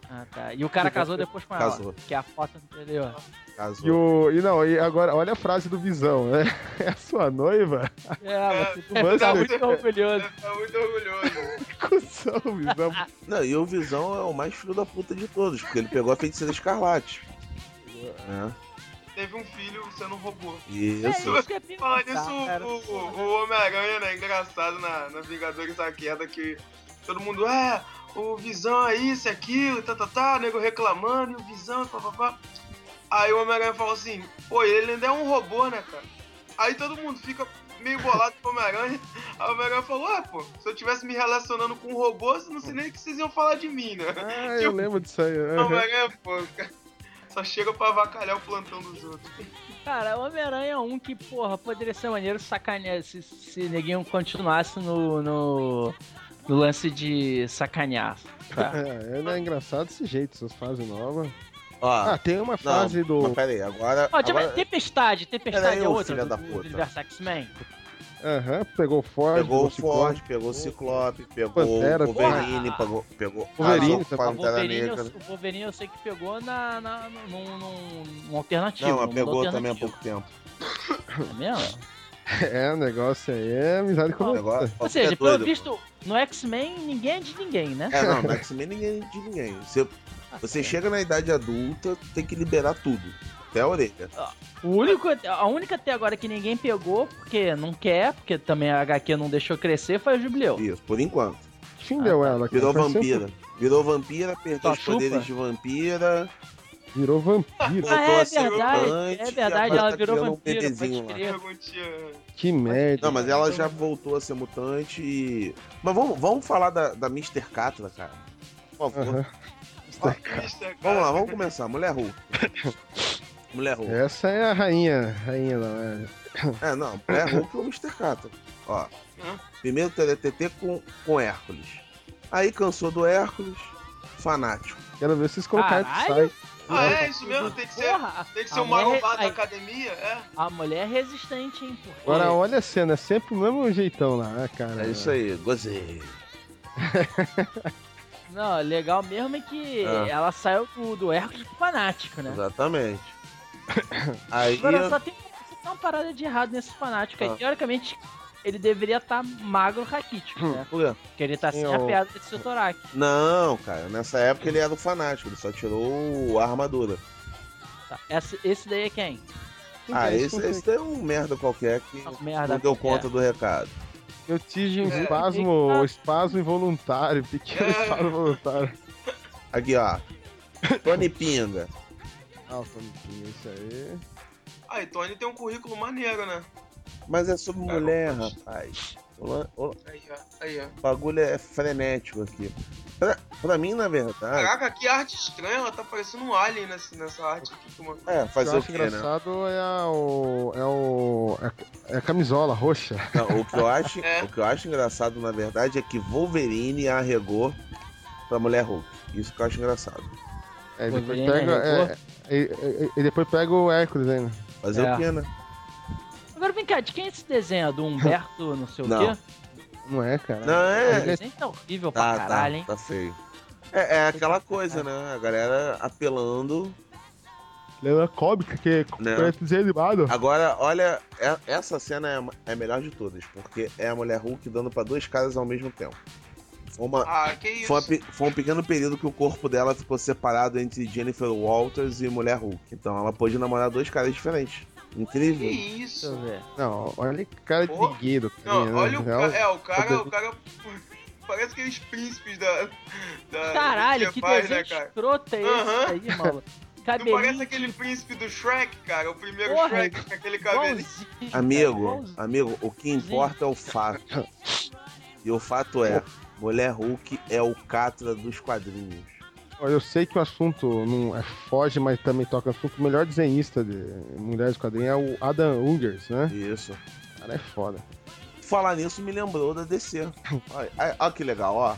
Ah, tá. E o cara casou depois com ela.
Casou.
Que é a foto anterior.
Casou.
E, o, e não, e agora, olha a frase do Visão, né? É a sua noiva?
É, você
Mas,
tá
cara,
muito orgulhoso.
Tá muito orgulhoso.
Cusão, Visão.
Não, e o Visão é o mais filho da puta de todos, porque ele pegou a feiticeira escarlate. É.
Teve um filho sendo um robô.
É.
Isso.
Falando
Tá,
isso, é o, o- o Homem-Aranha, né? Engraçado na, na Vingadores A Queda que todo mundo, é, o Visão é isso, é aquilo, tá, tá, tá, o nego reclamando, e o Visão, e papapá. Aí o Homem-Aranha falou assim, pô, ele ainda é um robô, né, cara? Aí todo mundo fica meio bolado com o Homem-Aranha. Aí o Homem-Aranha falou, ah, pô, se eu tivesse me relacionando com um robô, eu não sei nem o que vocês iam falar de mim, né?
Ah, eu lembro disso aí.
O
aham.
Homem-Aranha, pô, cara, só chega pra avacalhar o plantão dos outros.
Cara, o Homem-Aranha é um que, porra, poderia ser maneiro sacanear se, se neguinho continuasse no, no, no lance de sacanear. tá?
É, ele é engraçado desse jeito, essas fases novas.
Ó,
Ah, tem uma fase do.
Mas peraí, agora.
Ó, deixa eu ver,
agora-
Tempestade, Tempestade
Peraí,
é
ô,
outra
filha
do,
da
do
puta.
universo X-Men.
Aham, pegou o Ford.
Pegou o
Ciclope.
Ford, pegou o Ciclope, pegou
Pantera,
o Wolverine,
porra.
pegou, pegou
Wolverine,
casou
tá
com
Ah,
a
o,
Pantera
Wolverine, eu,
Tá Negra. né?
o Wolverine eu sei que pegou na, na, num, num- num alternativo.
Não, mas
num
pegou
alternativo.
também há pouco tempo.
É mesmo?
É, o negócio aí é amizade com
Negócio-
Ou
é
seja, pelo
doido,
visto, no X-Men ninguém é de ninguém, né?
É, não, no X-Men ninguém de ninguém. Você,
É.
você chega na idade adulta, tem que liberar tudo. Até a orelha.
Tá O único, a única até agora que ninguém pegou, porque não quer, porque também a HQ não deixou crescer, foi o Jubileu.
Isso, por enquanto.
Tá
Quem deu ela? cara?
Virou
Foi
vampira.
sempre-
Virou vampira, perdeu
Só
os poderes
chupa?
de vampira.
Virou vampira.
Ah, é
a ser
verdade,
mutante,
é verdade,
e agora
ela
tá
virou
criando
vampira,
Um bebezinho
pode
lá.
crer.
Perguntinha.
Que merda.
Não, mas ela já voltou a ser mutante e... Mas vamos, vamos falar da, da Mr. Catra, cara. Por favor.
Aham.
Mr.
Vamos lá, vamos começar. Mulher Hulk. Mulher Hulk.
Essa é a rainha. Rainha não, é.
É, não. Mulher Hulk ou Mr. Catra. Ó.
Hã?
Primeiro TDTT com, com Hércules. Aí cansou do Hércules, fanático.
Quero ver vocês colocarem no
Caralho!
site.
Ah, é isso mesmo? Tem que ser,
Porra, Ah,
tem que
a
ser um
mulher-
marombado da
ai,
academia? É.
A mulher é resistente, hein, porra.
Agora olha a cena, é sempre o mesmo jeitão lá, ah, cara.
É isso aí, gozei.
Não, legal mesmo é que
É.
ela saiu do, do Hércules pro fanático, né?
Exatamente. Aí.
Agora só tem, só tem uma parada de errado nesse fanático aí.
Ah.
Teoricamente, ele deveria estar magro raquítico, né?
Hum, Por quê?
Porque ele tá
Sim,
sem
o-
a piada desse seu toraque.
Não, cara, nessa época ele era o fanático, ele só tirou a armadura.
Tá, esse- esse daí é
Quem
quem?
que
Ah,
é
esse, esse tem um merda qualquer que
Ah, merda.
não deu
é.
conta do recado.
Eu tive um
É.
espasmo, espasmo involuntário, pequeno
É.
espasmo voluntário.
Aqui, ó. Tony Pinga.
Ah, o Toniquinho, isso aí.
Ah, e Tony tem um currículo maneiro, né?
Mas é sobre mulher,
não, mas-
rapaz. O, o-
Aí, ó. Aí, ó.
o bagulho é frenético aqui. Pra, pra mim, na verdade.
Caraca, que arte estranha. Ela tá parecendo um alien nessa, nessa arte aqui, que, mano.
É,
o que
fazer
eu
o
acho
quê, né?
engraçado é a, o, é o. É, é a camisola roxa.
Não, o, que eu acho,
É.
o que eu acho engraçado, na verdade, é que Wolverine arregou pra mulher Hulk. Isso que eu acho engraçado.
É, e
Pô,
depois
ele
pega.
arregou?
É, e- e- e depois pega o Hércules ainda.
Fazer
É.
o quê, né?
Agora vem cá, de quem é esse desenho? Do Humberto, não sei o
Não.
quê?
Não é, cara?
Não,
Esse
é.
desenho tá horrível
Tá,
pra caralho,
tá,
hein?
tá feio. É, é aquela coisa, né? A galera apelando.
Ele é cómica, que é
Não.
completamente desanimado.
Agora, olha, é- essa cena é, é a melhor de todas, porque é a mulher Hulk dando pra dois caras ao mesmo tempo. Foi uma,
Ah, que isso.
Foi, uma pe- foi um pequeno período que o corpo dela ficou separado entre Jennifer Walters e Mulher Hulk. Então ela pôde namorar dois caras diferentes.
Que
Incrível.
Deixa eu
isso.
ver.
Não, olha que cara de
Pô.
guia do
Não,
carinha, né?
olha o cara. É, o cara, o
Poder-
cara. Parece aqueles príncipes da. da
Caralho, que
medievais,
desenho
É, né, cara?
escroto é esse
Aham.
aí, maluco?
Não parece aquele príncipe do Shrek, cara? O primeiro
Porra,
Shrek com aquele cabelinho.
é
Amigo, amigo, o que importa é o fato. E o fato é, Mulher Hulk é o catra dos quadrinhos.
Ó, Eu sei que o assunto não é foge, mas também toca assunto. O melhor desenhista de Mulheres Quadrinhos é o Adam Ungers, né?
Isso.
O cara é foda.
Falar nisso me lembrou da DC. Olha, olha que legal, ó.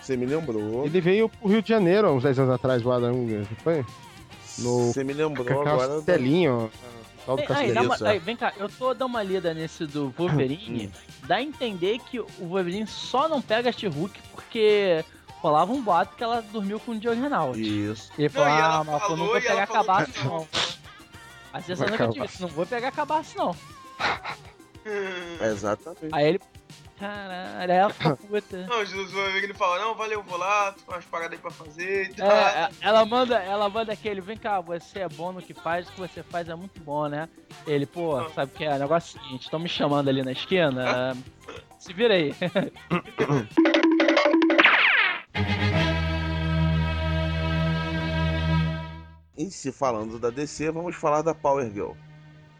Você me lembrou.
Ele veio pro Rio de Janeiro há uns 10 anos atrás, o Adam Ungers, não foi? No
Você me lembrou agora do-
Castelinho, ó. tal do
Aí, dá uma-
Castelinho.
aí, vem cá, eu tô dando uma lida nesse do
Hum.
Wolverine. dá a entender que o Wolverine só não pega a She-Hulk porque rolava um boato que ela dormiu com o Diogo Reinaldi.
Isso.
E ele falou,
Não, e ela
ah, mas eu não
falou,
vou
e ela
pegar
falou
cabaço
que não.
não. Mas essa
Vai
eu nunca tive
cabaço.
isso, não vou pegar cabaço não.
Exatamente.
Aí ele... Caralho, aí ela ficou puta.
Não, Jesus Wolverine fala, não, valeu, vou lá, tô com umas paradas aí pra fazer e tal.
É, é, ela manda, ela manda aquele, vem cá, você é bom no que faz, o que você faz é muito bom, né? Ele, pô, sabe o que é? O negócio é o seguinte, estão me chamando ali na esquina, ah, se vira aí.
E se falando da DC, vamos falar da Power Girl.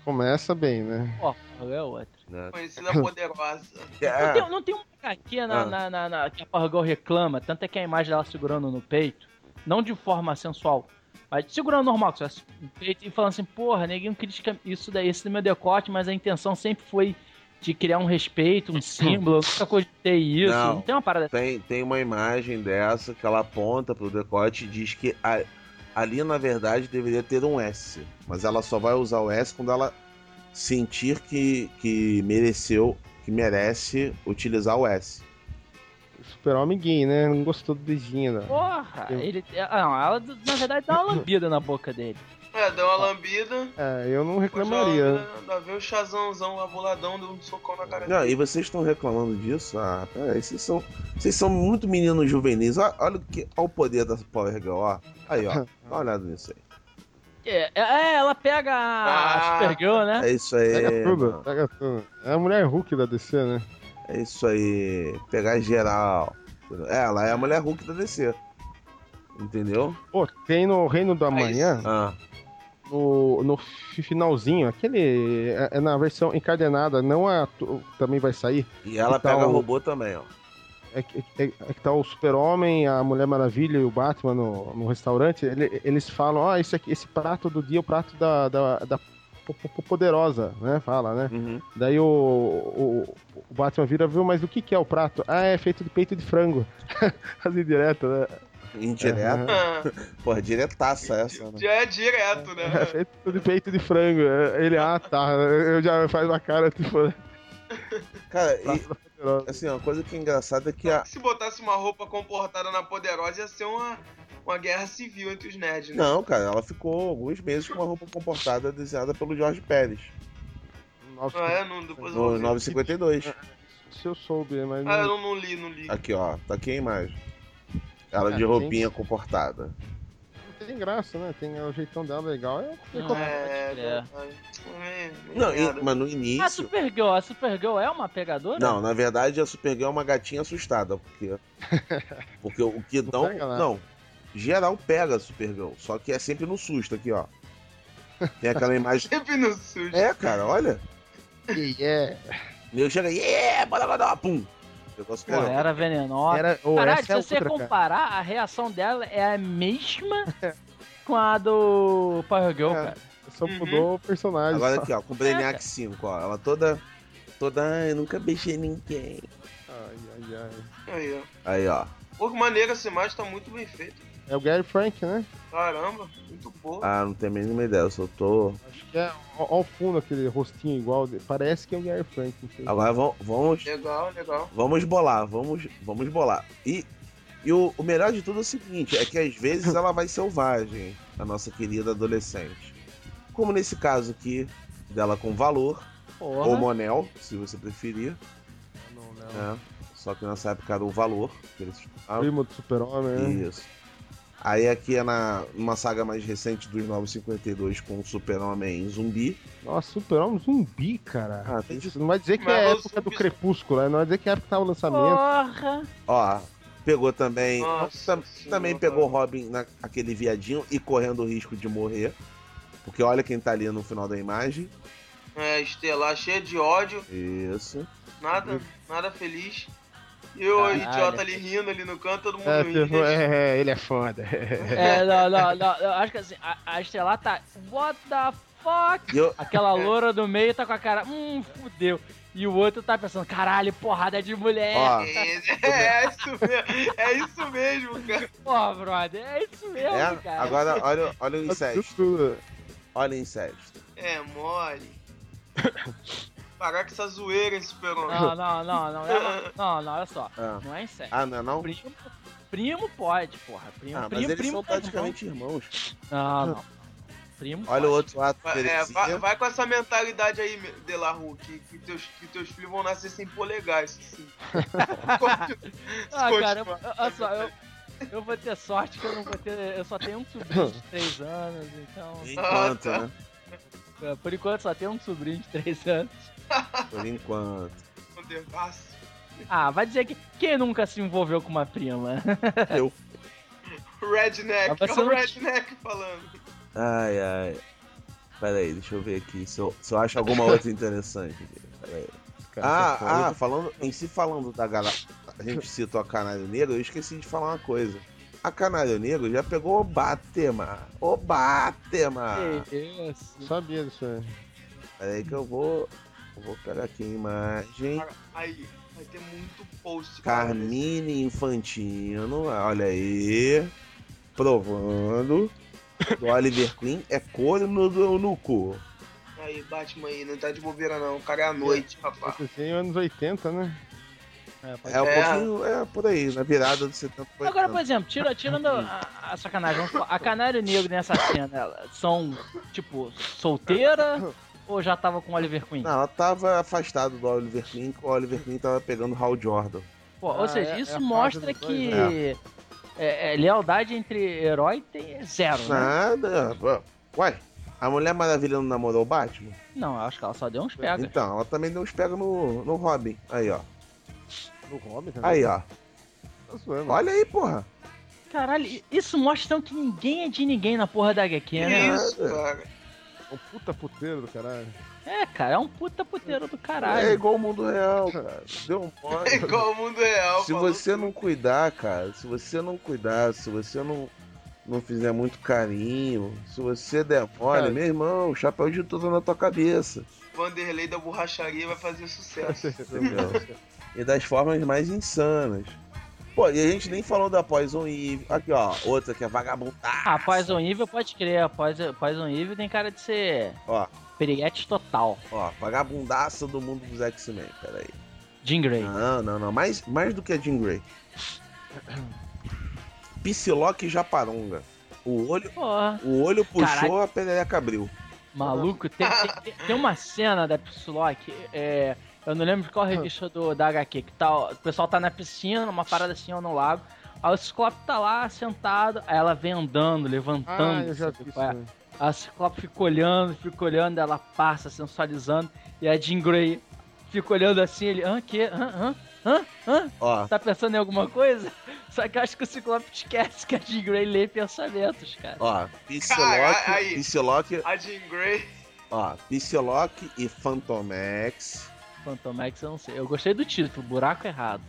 Começa bem, né?
Ó, é outro.
né?
Conhecida poderosa.
É. Ah.
Não tem, não tem um HQ na,
Ah.
na, na, na- que a Power Girl reclama, tanto é que a imagem dela segurando no peito, não de forma sensual, mas segurando normal, que você- no peito, e falando assim, porra, neguinho critica isso daí, esse do meu decote, mas a intenção sempre foi de criar um respeito, um símbolo, eu nunca cogitei isso, não, tem uma parada
Tem, tem uma imagem dessa que ela aponta pro decote e diz que a- ali na verdade deveria ter um S. Mas ela só vai usar o S quando ela sentir que, que mereceu, que merece utilizar o S.
Super-Homem gay, né? Não gostou do dedinho, né?
Porra,
Eu-
ele. ah, Não, ela na verdade dá uma lambida na boca dele.
É, dá uma lambida.
É, eu não
Maria.
reclamaria.
Dá ver o chazãozão lá boladão dando um socão na cara
Não,
dele.
e vocês estão reclamando disso? Ah, peraí, vocês são, vocês são muito meninos juvenis. Olha, olha, o que, olha o poder da Power Girl, ó. Aí, ó. Dá uma olhada nisso aí.
É, é, ela pega a Supergirl, né?
É isso aí.
Pega tudo,
mano.
pega tudo. É a mulher Hulk da DC, né?
É isso aí. Pegar geral. Entendeu? Ela é a mulher Hulk da DC. Entendeu?
Pô, tem no Reino do Amanhã,
Ah,
no, no fi- finalzinho, aquele. É, é na versão encadenada, não a. tu- Também vai sair.
e ela
Que tá
pega
o-
robô também, ó.
É, que- é, é que tá o Super-Homem, a Mulher Maravilha e o Batman no, no restaurante. ele- eles falam: Ó, esse, aqui- esse prato do dia é o prato da, da, da po- po- po- poderosa, né? Fala, né? Daí o, o, o Batman vira, viu, mas do que, que é o prato? Ah, é feito de peito de frango. As indiretas, né?
Indireta.
Aham.
Porra, diretaça essa, né?
Ah, Já é direto, né?
É feito de peito de frango. É, Ele, ah, tá. Eu já faz uma cara, tipo. né?
Cara, e, assim, uma coisa que é engraçada é que a.
Se botasse uma roupa comportada na poderosa, ia ser uma, uma guerra civil entre os nerds, né?
Não, cara, ela ficou alguns meses com uma roupa comportada desenhada pelo Jorge Pérez.
Ah, é? Não, depois eu
No
vou ver.
952.
Se eu soube, mas.
Ah, eu não, não li, não li.
Aqui, ó. Tá aqui a imagem. Ela
Ah,
de
tem
roupinha comportada.
Tem graça, né? Tem o jeitão dela legal. É.
É,
é.
Não, e- mas no início.
A Supergirl, a Supergirl é uma pegadora?
Não, na verdade a Supergirl é uma gatinha assustada, porque. Porque o que dão.
pega nada.
Não. Geral pega a Supergirl, só que é sempre no susto aqui, ó. Tem aquela imagem.
sempre no susto.
É, cara, olha.
Yeah.
Meu chega, yeah, bora lá dar uma pum. O negócio
Pô,
pega.
era venenosa.
Era- ô,
Caralho, se
essa é
você
outra, cara.
comparar, a reação dela é a mesma com a do Power Girl,
É.
cara.
Só mudou o personagem.
Agora
só.
aqui, ó, com o Brainiac 5, ó. Ela toda. Toda. Ai, nunca beijei ninguém.
Ai, ai, ai.
Aí, ó.
Aí, ó.
Pô, que maneiro essa imagem, tá muito bem feita.
É o Gary Frank, né?
Caramba, muito boa.
Ah, não tem a mínima ideia, eu só tô.
Acho que é. Ó, ó o fundo, aquele rostinho igual. de- Parece que é o Gary Frank. não sei.
Agora vamos. vamos...
Legal, legal.
Vamos bolar, vamos, vamos bolar. E, e o, o melhor de tudo é o seguinte: é que às vezes ela vai selvagem, a nossa querida adolescente. Como nesse caso aqui, dela com valor,
Porra.
ou Monel, se você preferir. né? Só que nessa época era o valor. que eles chamavam.
Primo do Super-Homem, né?
Isso. Aí aqui é na, numa saga mais recente dos 952 com o Super-Homem zumbi.
Nossa, Super-Homem zumbi, cara.
Ah,
Isso não vai dizer que
Mas
é a
o
época do Crepúsculo, né? Não vai dizer que é a época que tava o lançamento.
Porra!
Ó, Pegou também. tam- também pegou Robin na, aquele viadinho e correndo o risco de morrer. Porque olha quem tá ali no final da imagem.
É, Estelar cheia de ódio,
Isso.
nada, nada feliz. E o
Caralho.
idiota ali rindo ali no canto, todo mundo
É,
rindo.
tipo, é, ele é foda.
É, não, não, não, eu acho que assim, a, a Estelar tá. What the fuck?
Eu- É.
Aquela loura do meio tá com a cara. Hum, fudeu. E o outro tá pensando, caralho, porrada de mulher.
Ó.
É, isso mesmo, é isso mesmo, cara.
Pô, brother, é isso mesmo,
É,
cara.
agora olha, olha o incesto. Olha o incesto.
É mole. Parar com essa zoeira, esse perão.
Não, não, não, não. Ah, é- não, não, olha só.
Ah.
Não é incesto.
Ah, não é não?
Primo pode, porra. Primo,
Ah, mas
primo,
eles
primo
são
tá de
praticamente irmãos.
Não, Ah, não. Primo
Olha o outro ato.
Vai, é,
Terezinha.
vai, vai com essa mentalidade aí, De La Rue, que, que, teus, que teus filhos vão nascer sem polegar, isso sim.
Ah, cara, eu, eu- olha só, eu, eu vou ter sorte que eu não vou ter. Eu só tenho um sobrinho de 3 anos, então.
Enquanto,
Ah, tá.
né?
É, Por enquanto só tenho um sobrinho de 3 anos.
Por enquanto.
Condenaço.
Ah, vai dizer que quem nunca se envolveu com uma prima?
Eu.
Redneck,
Mas
é
você
o
não-
Redneck falando.
Ai, ai. Pera aí, deixa eu ver aqui se eu, se eu acho alguma outra interessante. aqui. Pera aí.
Cara,
é
Ah,
tá foda.
ah, falando, em si falando da galera. A gente citou a Canário Negro, eu esqueci de falar uma coisa. A Canário Negro já pegou o Batema. O Batema!
Que isso?
Sabia disso né? aí.
Pera aí que eu vou. eu vou pegar aqui a imagem.
Cara, aí, vai ter muito post. cara.
Carmine Infantino, olha aí. Provando. O Oliver Queen é corno do Nuku.
Aí, Batman aí, não tá de bobeira não. O cara é à noite,
Ah.
rapaz.
Esse desenho é anos 80, né?
É um
É.
pouquinho. É por aí, na virada do 70 pro
Agora,
80.
por exemplo, tira, tirando a, a sacanagem, vamos falar, a Canário Negro nessa cena, ela são, tipo, solteira ou já tava com Oliver Queen?
Não, ela tava afastada do Oliver Queen, que o Oliver Queen tava pegando o Hal Jordan.
Pô, ou
Ah,
seja,
é- é a
isso
fase
mostra
dos dois,
que
né?
é, é, lealdade entre herói tem zero, né?
Nada. pô. Ué, a Mulher Maravilha não namorou o Batman?
Não, acho que ela só deu uns pega.
Então, ela também deu uns pega no, no Robin. Aí, ó.
No Robin também.
Aí, ó.
Tá zoando.
Olha aí, porra.
Caralho, i- isso mostra então que ninguém é de ninguém na porra da HQ,
Que
né?
isso, cara.
É um puta puteiro do caralho.
É, cara, é um puta puteiro do
É
caralho.
igual o mundo real, cara. Deu um mole.
É igual o mundo real.
Se
falou
você não cuidar, cara, se você não cuidar, se você não, não fizer muito carinho, se você der mole,
Cara.
meu irmão, o chapéu de tudo na tua cabeça.
que Vanderlei da borracharia vai fazer sucesso.
Entendeu? e das formas mais insanas. Pô, e a gente nem falou da Poison Eve. Aqui, ó, outra que é vagabunda.
Ah, Poison Evil pode crer, Poison Poison Evil tem cara de ser
Ó,
periguete total.
ó, vagabundaça do mundo dos X-Men, peraí.
Jean Grey.
Ah.
Não, não, não. Mais, mais do que a Jean Grey. Psylocke Japaronga. O olho,
Porra.
o olho puxou,
Caralho.
a perereca abriu.
Maluco, tem, tem- tem- tem uma cena da Psylocke, é, eu não lembro de qual revista do, da HQ, que tá, o pessoal tá na piscina, uma parada assim ou no lago, aí o Ciclope tá lá sentado, aí ela vem andando,
Ah,
levantando,
eu já
sabe
vi isso.
qual é?
né?
a Ciclope fica olhando, fica olhando, ela passa sensualizando, e a Jean Grey fica olhando assim, ele, hã, que, hã, hã, hã, hã,
Ó,
tá pensando em alguma coisa? Só que eu acho que o Ciclope esquece que a Jean Grey lê pensamentos, cara.
ó.
Cara,
Psylocke,
aí.
Psylocke,
A Jean Grey.
ó. Psylocke e Phantom X.
Phantom X, eu não sei. Eu gostei do título, Buraco Errado.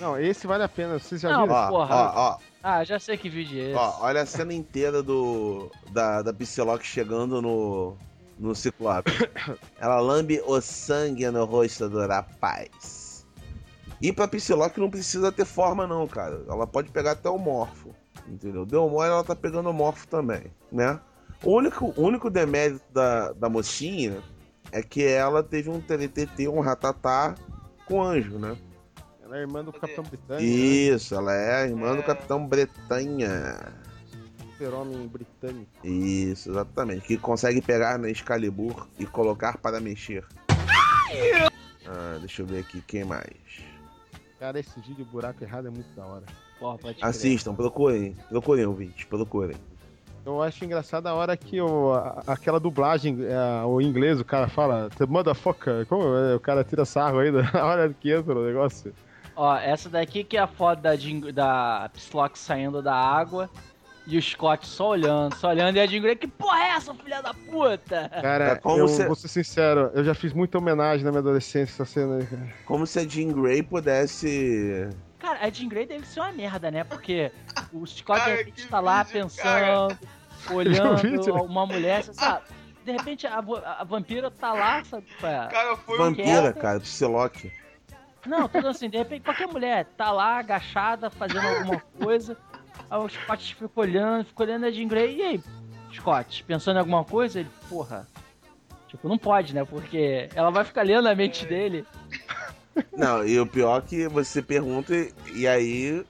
Não, esse vale a pena. Vocês já
Não,
viram?
Ó,
Porra.
ó, ó,
Ah, já sei que vídeo é esse.
ó. Olha a cena inteira do da, da Psylocke chegando no, no Ciclope. Ela lambe o sangue no rosto do rapaz. E pra Psylocke não precisa ter forma, não, cara. Ela pode pegar até o morfo. Entendeu? Deu mole, ela tá pegando o morfo também, né? O único, o único demérito da, da mocinha é que ela teve um TNTT, um ratatá com anjo, né?
Ela é irmã do Capitão Britânico. né?
Isso, ela é a irmã do
É.
Capitão Bretanha.
Super-homem britânico.
Isso, exatamente. Que consegue pegar na Excalibur e colocar para mexer. Ah, deixa eu ver aqui quem mais.
Cara, esse vídeo buraco errado é muito da hora.
Porra, pode crer.
Assistam, procurem. Procurem, ouvintes, procurem.
Eu acho engraçado a hora que o, a- aquela dublagem, é, o inglês, o cara fala, "The motherfucker, como é? o cara tira sarro ainda na hora que entra o negócio.
Ó, essa daqui que é a foto da, Jing... da Psylocke saindo da água e o Scott só olhando, só olhando e a Jean Grey, que porra é essa, filha da puta?
Cara, eu vou ser sincero, eu já fiz muita homenagem na minha adolescência essa cena aí, cara.
Como se a Jean Grey pudesse.
Cara, a Jean Grey deve ser uma merda, né? Porque o Scott está lá pensando, olhando uma mulher, você sabe? De repente a, vo- a vampira tá lá, sabe? pra-
Cara, foi
Vampira, cara, Psylocke.
Não, tudo assim, de repente qualquer mulher tá lá agachada fazendo alguma coisa, aí o Scott fica olhando, fica olhando a Jean Grey, e aí, Scott, pensando em alguma coisa, ele, porra, tipo, não pode, né? Porque ela vai ficar lendo a mente dele.
Não, e o pior é que você pergunta e aí